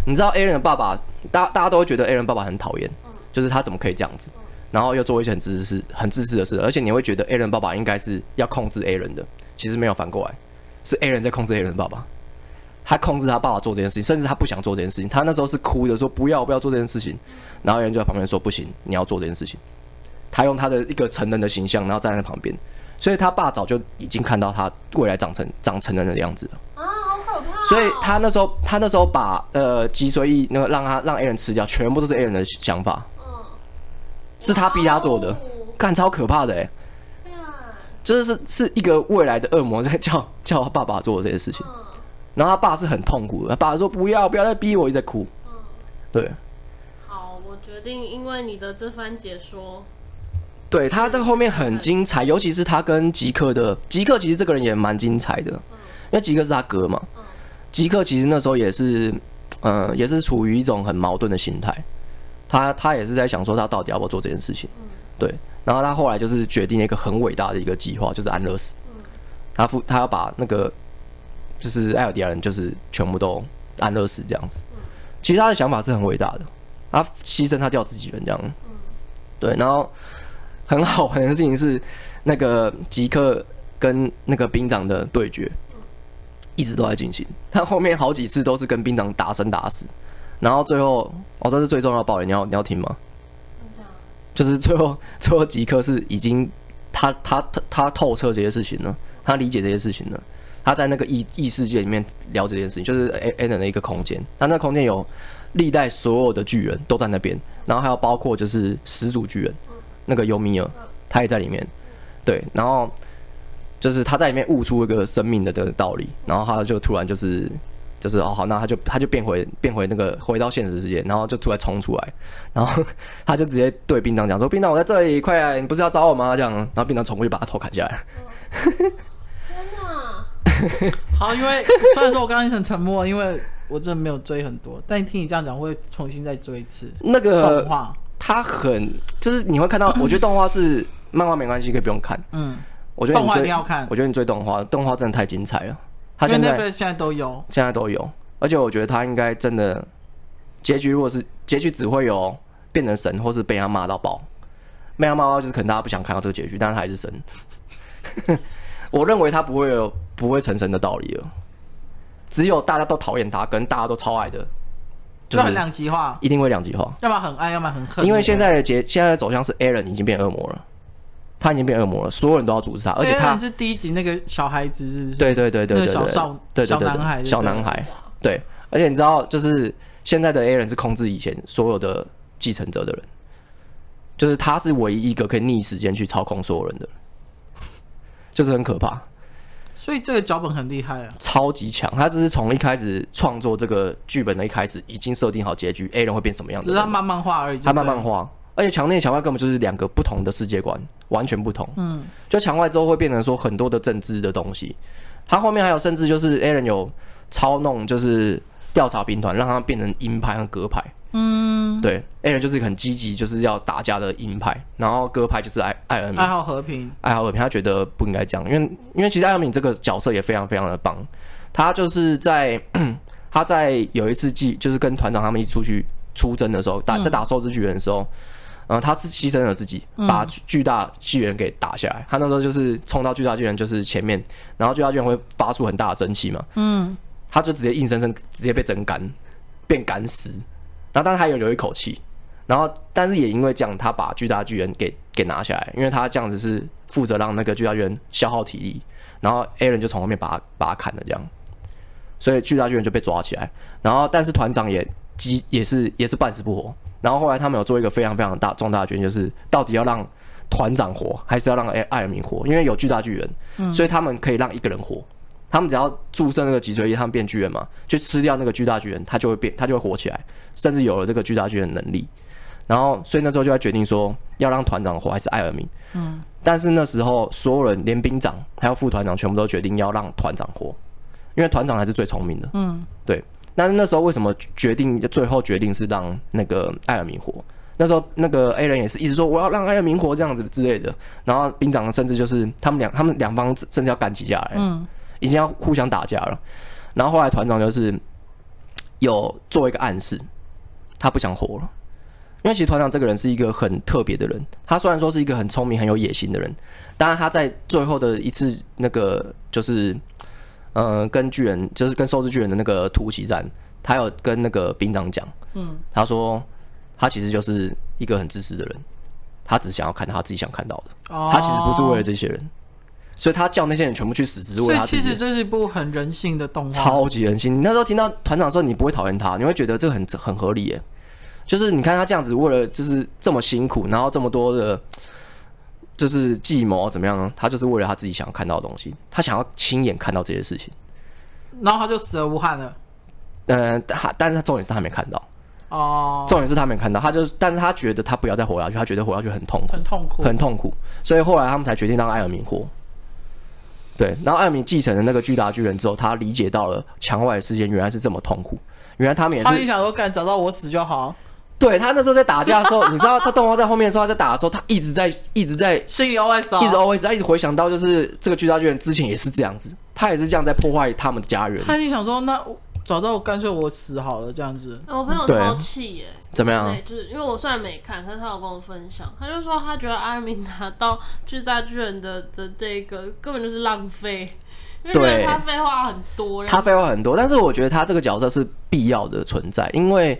你知道 A 人的爸爸，大大家都会觉得 A 人爸爸很讨厌，就是他怎么可以这样子，然后又做一些很自私、很自私的事，而且你会觉得 A 人爸爸应该是要控制 A 人的，其实没有反过来，是 A 人在控制 A 人爸爸，他控制他爸爸做这件事情，甚至他不想做这件事情，他那时候是哭着说不要不要做这件事情，然后 A 人就在旁边说不行，你要做这件事情，他用他的一个成人的形象，然后站在旁边，所以他爸早就已经看到他未来长成长成人的样子了。
啊，好可怕哦、
所以他那时候，他那时候把呃脊髓翼那个让他让 A 人吃掉，全部都是 A 人的想法，
嗯
是他逼他做的
哇，哦啊
干超可怕的哎、欸，
干
就是是是一个未来的恶魔在叫叫他爸爸做这些事情，
嗯
然后他爸是很痛苦的，他爸说不要不要再逼我，一直在哭，
嗯
对，
好，我决定，因为你的这番解说，
对，他在后面很精彩，尤其是他跟吉克的吉克，其实这个人也蛮精彩的，因为吉克是他哥嘛。吉克其实那时候也是，呃，也是处于一种很矛盾的心态，他他也是在想说他到底要不要做这件事情，对。然后他后来就是决定了一个很伟大的一个计划，就是安乐死。他负他要把那个就是艾尔迪亚人就是全部都安乐死这样子。其实他的想法是很伟大的，他牺牲他掉自己人这样。对，然后很好玩的事情是，那个吉克跟那个兵长的对决，一直都在进行。他后面好几次都是跟兵长打生打死，然后最后，哦，这是最重要的爆雷，你要你要听吗？
啊
就是最后，最后吉克是已经他他他他透彻这些事情了，他理解这些事情了，他在那个异异世界里面聊这件事情，就是 A A 人的一个空间，他那空间有历代所有的巨人都在那边，然后还有包括就是始祖巨人那个尤米尔，他也在里面，对，然后就是他在里面悟出一个生命的的道理，然后他就突然就是。就是哦好，那他就他就变回变回那个回到现实世界，然后就突然冲出来，然后他就直接对兵长讲说：“兵长，我在这里，快来！你不是要找我吗？”这样，然后兵长冲过去把他头砍下来。
天哪！
好，因为 虽然说我刚刚很沉默，因为我真的没有追很多，但听你这样讲，我会重新再追一次
那
动
个
画。
他很就是你会看到，我觉得动画是漫画没关系，可以不用看。
嗯，
我觉得你
动画
追
一定要看
我觉得你追动画，动画真的太精彩了。他
因为
现在
Netflix 现在都有，
现在都有，而且我觉得他应该真的结局，如果是结局只会有变成神，或是被他骂到爆，被他骂到就是可能大家不想看到这个结局，但是他还是神。 我认为他不会有不会成神的道理了，只有大家都讨厌他，跟大家都超爱的，就
就很
是
两极化，
一定会两极化。
要么很爱，要么很恨。
因为现在的结现在的走向是 Aaron 已经变恶魔了，他已经变恶魔了，所有人都要阻止他，而且
因为
他
你是第一集那个小孩子是不是？
对对对对
那
对
个
对，
小少
对对
小
对
男孩
对
对不
小
对
男孩，对，而且你知道，就是现在的 A 人是控制以前所有的继承者的人，就是他是唯一一个可以逆时间去操控所有人的人，就是很可怕，
所以这个脚本很厉害啊。
超级强。他就是从一开始创作这个剧本的一开始，已经设定好结局，A 人会变什么样
只
的
是他
人，
慢慢画而已，
他慢
就
慢
对了
画。而且墙内墙外根本就是两个不同的世界观，完全不同。
嗯，
就墙外之后会变成说很多的政治的东西，他后面还有甚至就是 Aaron 有操弄就是调查兵团，让它变成鹰派和鸽派。嗯，对，A 人就是很积极，就是要打架的鹰派，然后鸽派就是艾艾尔敏
爱，好和平，
艾好尔平，他觉得不应该这样，因为因为其实艾尔敏这个角色也非常非常的棒，他就是在 他在有一次记就是跟团长他们一起出去出征的时候，打在打兽之巨人的时候，呃，他是牺牲了自己，把巨巨大巨人给打下来。他那时候就是冲到巨大巨人就是前面，然后巨大巨人会发出很大的蒸汽嘛，
嗯，
他就直接硬生生直接被蒸干，变干死。然后但是他有留一口气，然后但是也因为这样，他把巨大巨人给给拿下来，因为他这样子是负责让那个巨大巨人消耗体力，然后 A 人就从后面把他把他砍了这样，所以巨大巨人就被抓起来，然后但是团长也急也是也是半死不活，然后后来他们有做一个非常非常大重大的决定，就是到底要让团长活还是要让艾艾尔明活，因为有巨大巨人，所以他们可以让一个人活。他们只要注射那个脊髓液，他们变巨人嘛，去吃掉那个巨大巨人，他就会变，他就会活起来，甚至有了这个巨大巨人的能力。然后，所以那时候就在决定说，要让团长活还是艾尔明。嗯，但是那时候所有人，连兵长还有副团长，全部都决定要让团长活，因为团长还是最聪明的。嗯，对。但是那时候为什么决定最后决定是让那个艾尔明活？那时候那个 A 人也是一直说我要让艾尔明活这样子之类的。然后兵长甚至就是他们两他们两方甚至要干起架来。嗯，已经要互相打架了。然后后来团长就是有做一个暗示，他不想活了，因为其实团长这个人是一个很特别的人。他虽然说是一个很聪明、很有野心的人，当然他在最后的一次那个就是，呃，跟巨人就是跟兽之巨人的那个突袭战，他有跟那个兵长讲，嗯，他说他其实就是一个很自私的人，他只想要看他自己想看到的，
哦
他其实不是为了这些人。所以他叫那些人全部去死，只是为
所
了
以
他自
其
己。
实这是一部很人性的动画，
超级人性。你那时候听到团长说你不会讨厌他，你会觉得这个很很合理耶。就是你看他这样子，为了就是这么辛苦，然后这么多的，就是计谋怎么样呢？他就是为了他自己想要看到的东西，他想要亲眼看到这些事情。
然后他就死而无憾了。
嗯，他但是他重点是他还没看到，
哦，
重点是他还没看到，他就是，但是他觉得他不要再活下去，他觉得活下去很痛苦。
很痛苦，
很痛苦，所以后来他们才决定让艾尔明活。对，然后艾尔明继承了那个巨大巨人之后，他理解到了墙外的世界原来是这么痛苦，原来他们也
他一
是。
想说，干找到我死就好，
对他那时候在打架的时候， 你知道他动画在后面的时候，他在打的时候，他一直在一直在
心里 OS 啊
一直 always 他一直回想到，就是这个巨大巨人之前也是这样子，他也是这样在破坏他们的家园，
他一定想说，那我找到我干脆我死好了这样子。
哎我朋友
对啊
超气耶、
怎么样
对，？就是因为我虽然没看，可是他有跟我分享，他就说他觉得阿明拿到巨大巨人的的这个根本就是浪费，因为觉得
对
他废话很多，然
他
后
废话很多，但是我觉得他这个角色是必要的存在，因为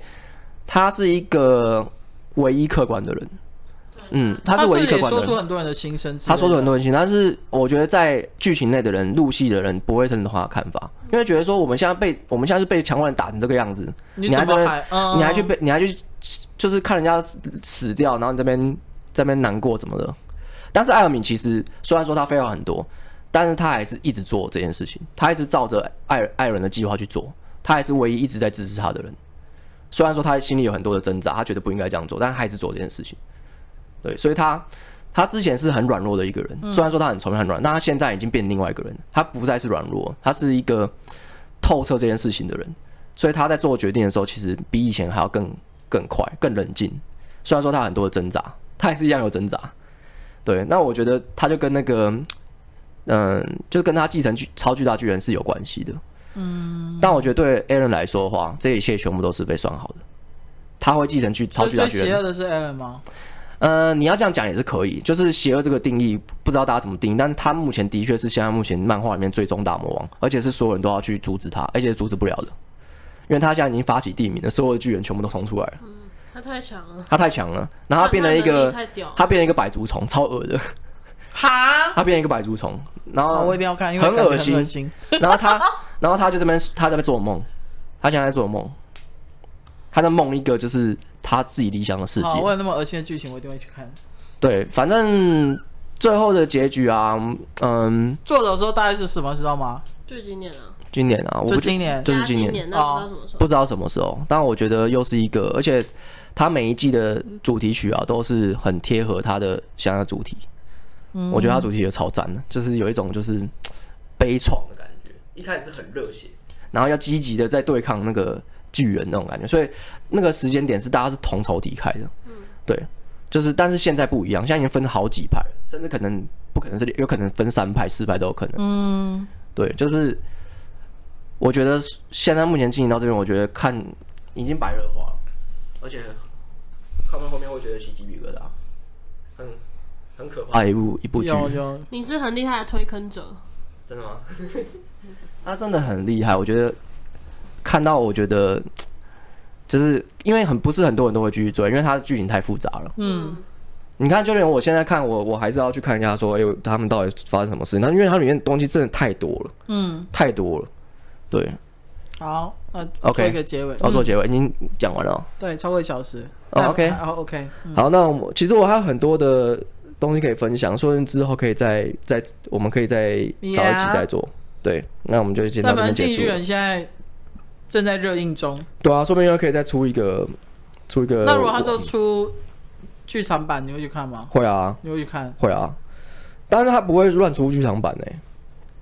他是一个唯一客观的人。嗯，他是
是
唯一
不是
客
也
观的
说
人
出。很多人的心声之类的，
他说出很多人心，但是我觉得在剧情内的人、入戏的人不会认同他的看法，因为觉得说我们现在被我们现在是被强人打成这个样子，
你
你还这
怎么
边
还嗯
你还去被你还去就是看人家死掉，然后你这边这边难过怎么的？但是艾尔敏其实虽然说他废话很多，但是他还是一直做这件事情，他一直照着艾艾伦的计划去做，他还是唯一一直在支持他的人。虽然说他心里有很多的挣扎，他觉得不应该这样做，但他还是做这件事情。对，所以他他之前是很软弱的一个人，虽然说他很聪明很软，但他现在已经变另外一个人，他不再是软弱，他是一个透彻这件事情的人。所以他在做决定的时候，其实比以前还要更更快、更冷静。虽然说他有很多的挣扎，他还是一样有挣扎。对，那我觉得他就跟那个，嗯，就跟他继承巨超巨大巨人是有关系的。嗯，但我觉得对 Aaron 来说的话，这一切全部都是被算好的。他会继承巨超巨大
最
巨
邪
人。
恶的是 Alan 吗？
呃，你要这样讲也是可以，就是邪恶这个定义，不知道大家怎么定义，但是他目前的确是现在目前漫画里面最终大魔王，而且是所有人都要去阻止他，而且是阻止不了的，因为他现在已经发起地名了，所有的巨人全部都冲出来了，
他太强了，
他太强了，然后他变成一
他能力
个，
太屌了，
他变成一个百足虫，超恶的，
哈，
他变成一个百足虫，然
啊
后
我一定要看，因
嗯
为
很
感觉
恶心
恶心。
然后他，然后他就这边，他在那边做梦，他现在在做梦，他在梦一个就是他自己理想的世界
好，，为了那么恶心的剧哦情，我一定会去看。
对，反正最后的结局啊，嗯。
作者说大概是什么，知道吗？
就今年啊，
今年啊，我
就
不觉
今年，
就是
加
今
今
年哦
那不知道什么时候。
不知道什么时候，但我觉得又是一个，而且它每一季的主题曲啊都是很贴合它的想要的主题。我觉得它主题也超赞的，就是有一种就是悲怆的感觉。一开始是很热血，然后要积极的在对抗那个巨人那种感觉。所以那个时间点是大家是同仇敌忾的，对，就是但是现在不一样，现在已经分好几派了，甚至可能不可能是有可能分三派、四派都有可能。
嗯，
对，就是我觉得现在目前进行到这边，我觉得看已经白热化了，而且看到后面会觉得起鸡皮疙瘩，啊很很可怕一部哎一部剧，
有有，
你是很厉害的推坑者，
真的 吗？他真的很厉害，我觉得看到我觉得就是因为很不是很多人都会继续追，因为它的剧情太复杂了。
嗯，
你看，就连我现在看我，我还是要去看一下说，哎、他们到底发生什么事？那因为它里面东西真的太多了，
嗯，
太多了，对。
好，呃
OK
做一个结尾，
要做结尾，已经讲完了哦。
对，超过一小时。
哦，OK
好 OK，
好，那我们其实我还有很多的东西可以分享，说不定之后可以再再，我们可以再找一期
Yeah
再做。对，那我们就先到
但
这边
凡
结
进
束
巨
了。
人现在正在热映中，
对啊，说不定又可以再出一个，出一个。
那如果他就出剧场版，你会去看吗？
会啊，
你会去看？
会啊，但是他不会乱出剧场版诶、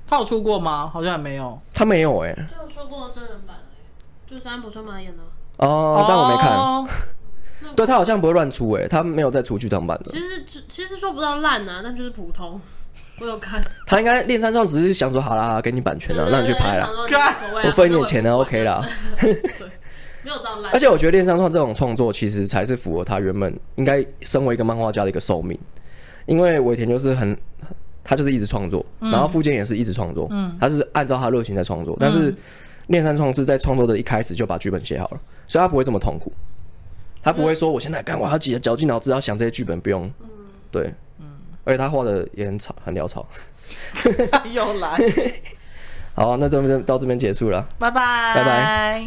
他有出过吗？好像还没有。
他没有诶、欸
就出过真人版的，就是安普春马演的。啊
哦，但我没看。
哦
对他好像不会乱出诶、他没有再出剧场版的。
其实其实说不到烂啊，但就是普通。我有看，
他应该练三创只是想说，好啦，给你版权了，让你去拍啦。
对对对无所谓啊
我分一点钱呢
反正我也
，OK 啦。
不管对，没有到烂
而。且我觉得恋上创这种创作其实才是符合他原本应该身为一个漫画家的一个寿命，因为尾田就是很，他就是一直创作，然后富坚也是一直创作，他是按照他热情在创作，但是恋上创是在创作的一开始就把剧本写好了，所以他不会这么痛苦，他不会说我现在干我要挤得绞尽脑汁要想这些剧本，不用，对，而且他画的也很草，很潦草。
又来，
好，那这边到这边结束了。
拜拜，
拜拜。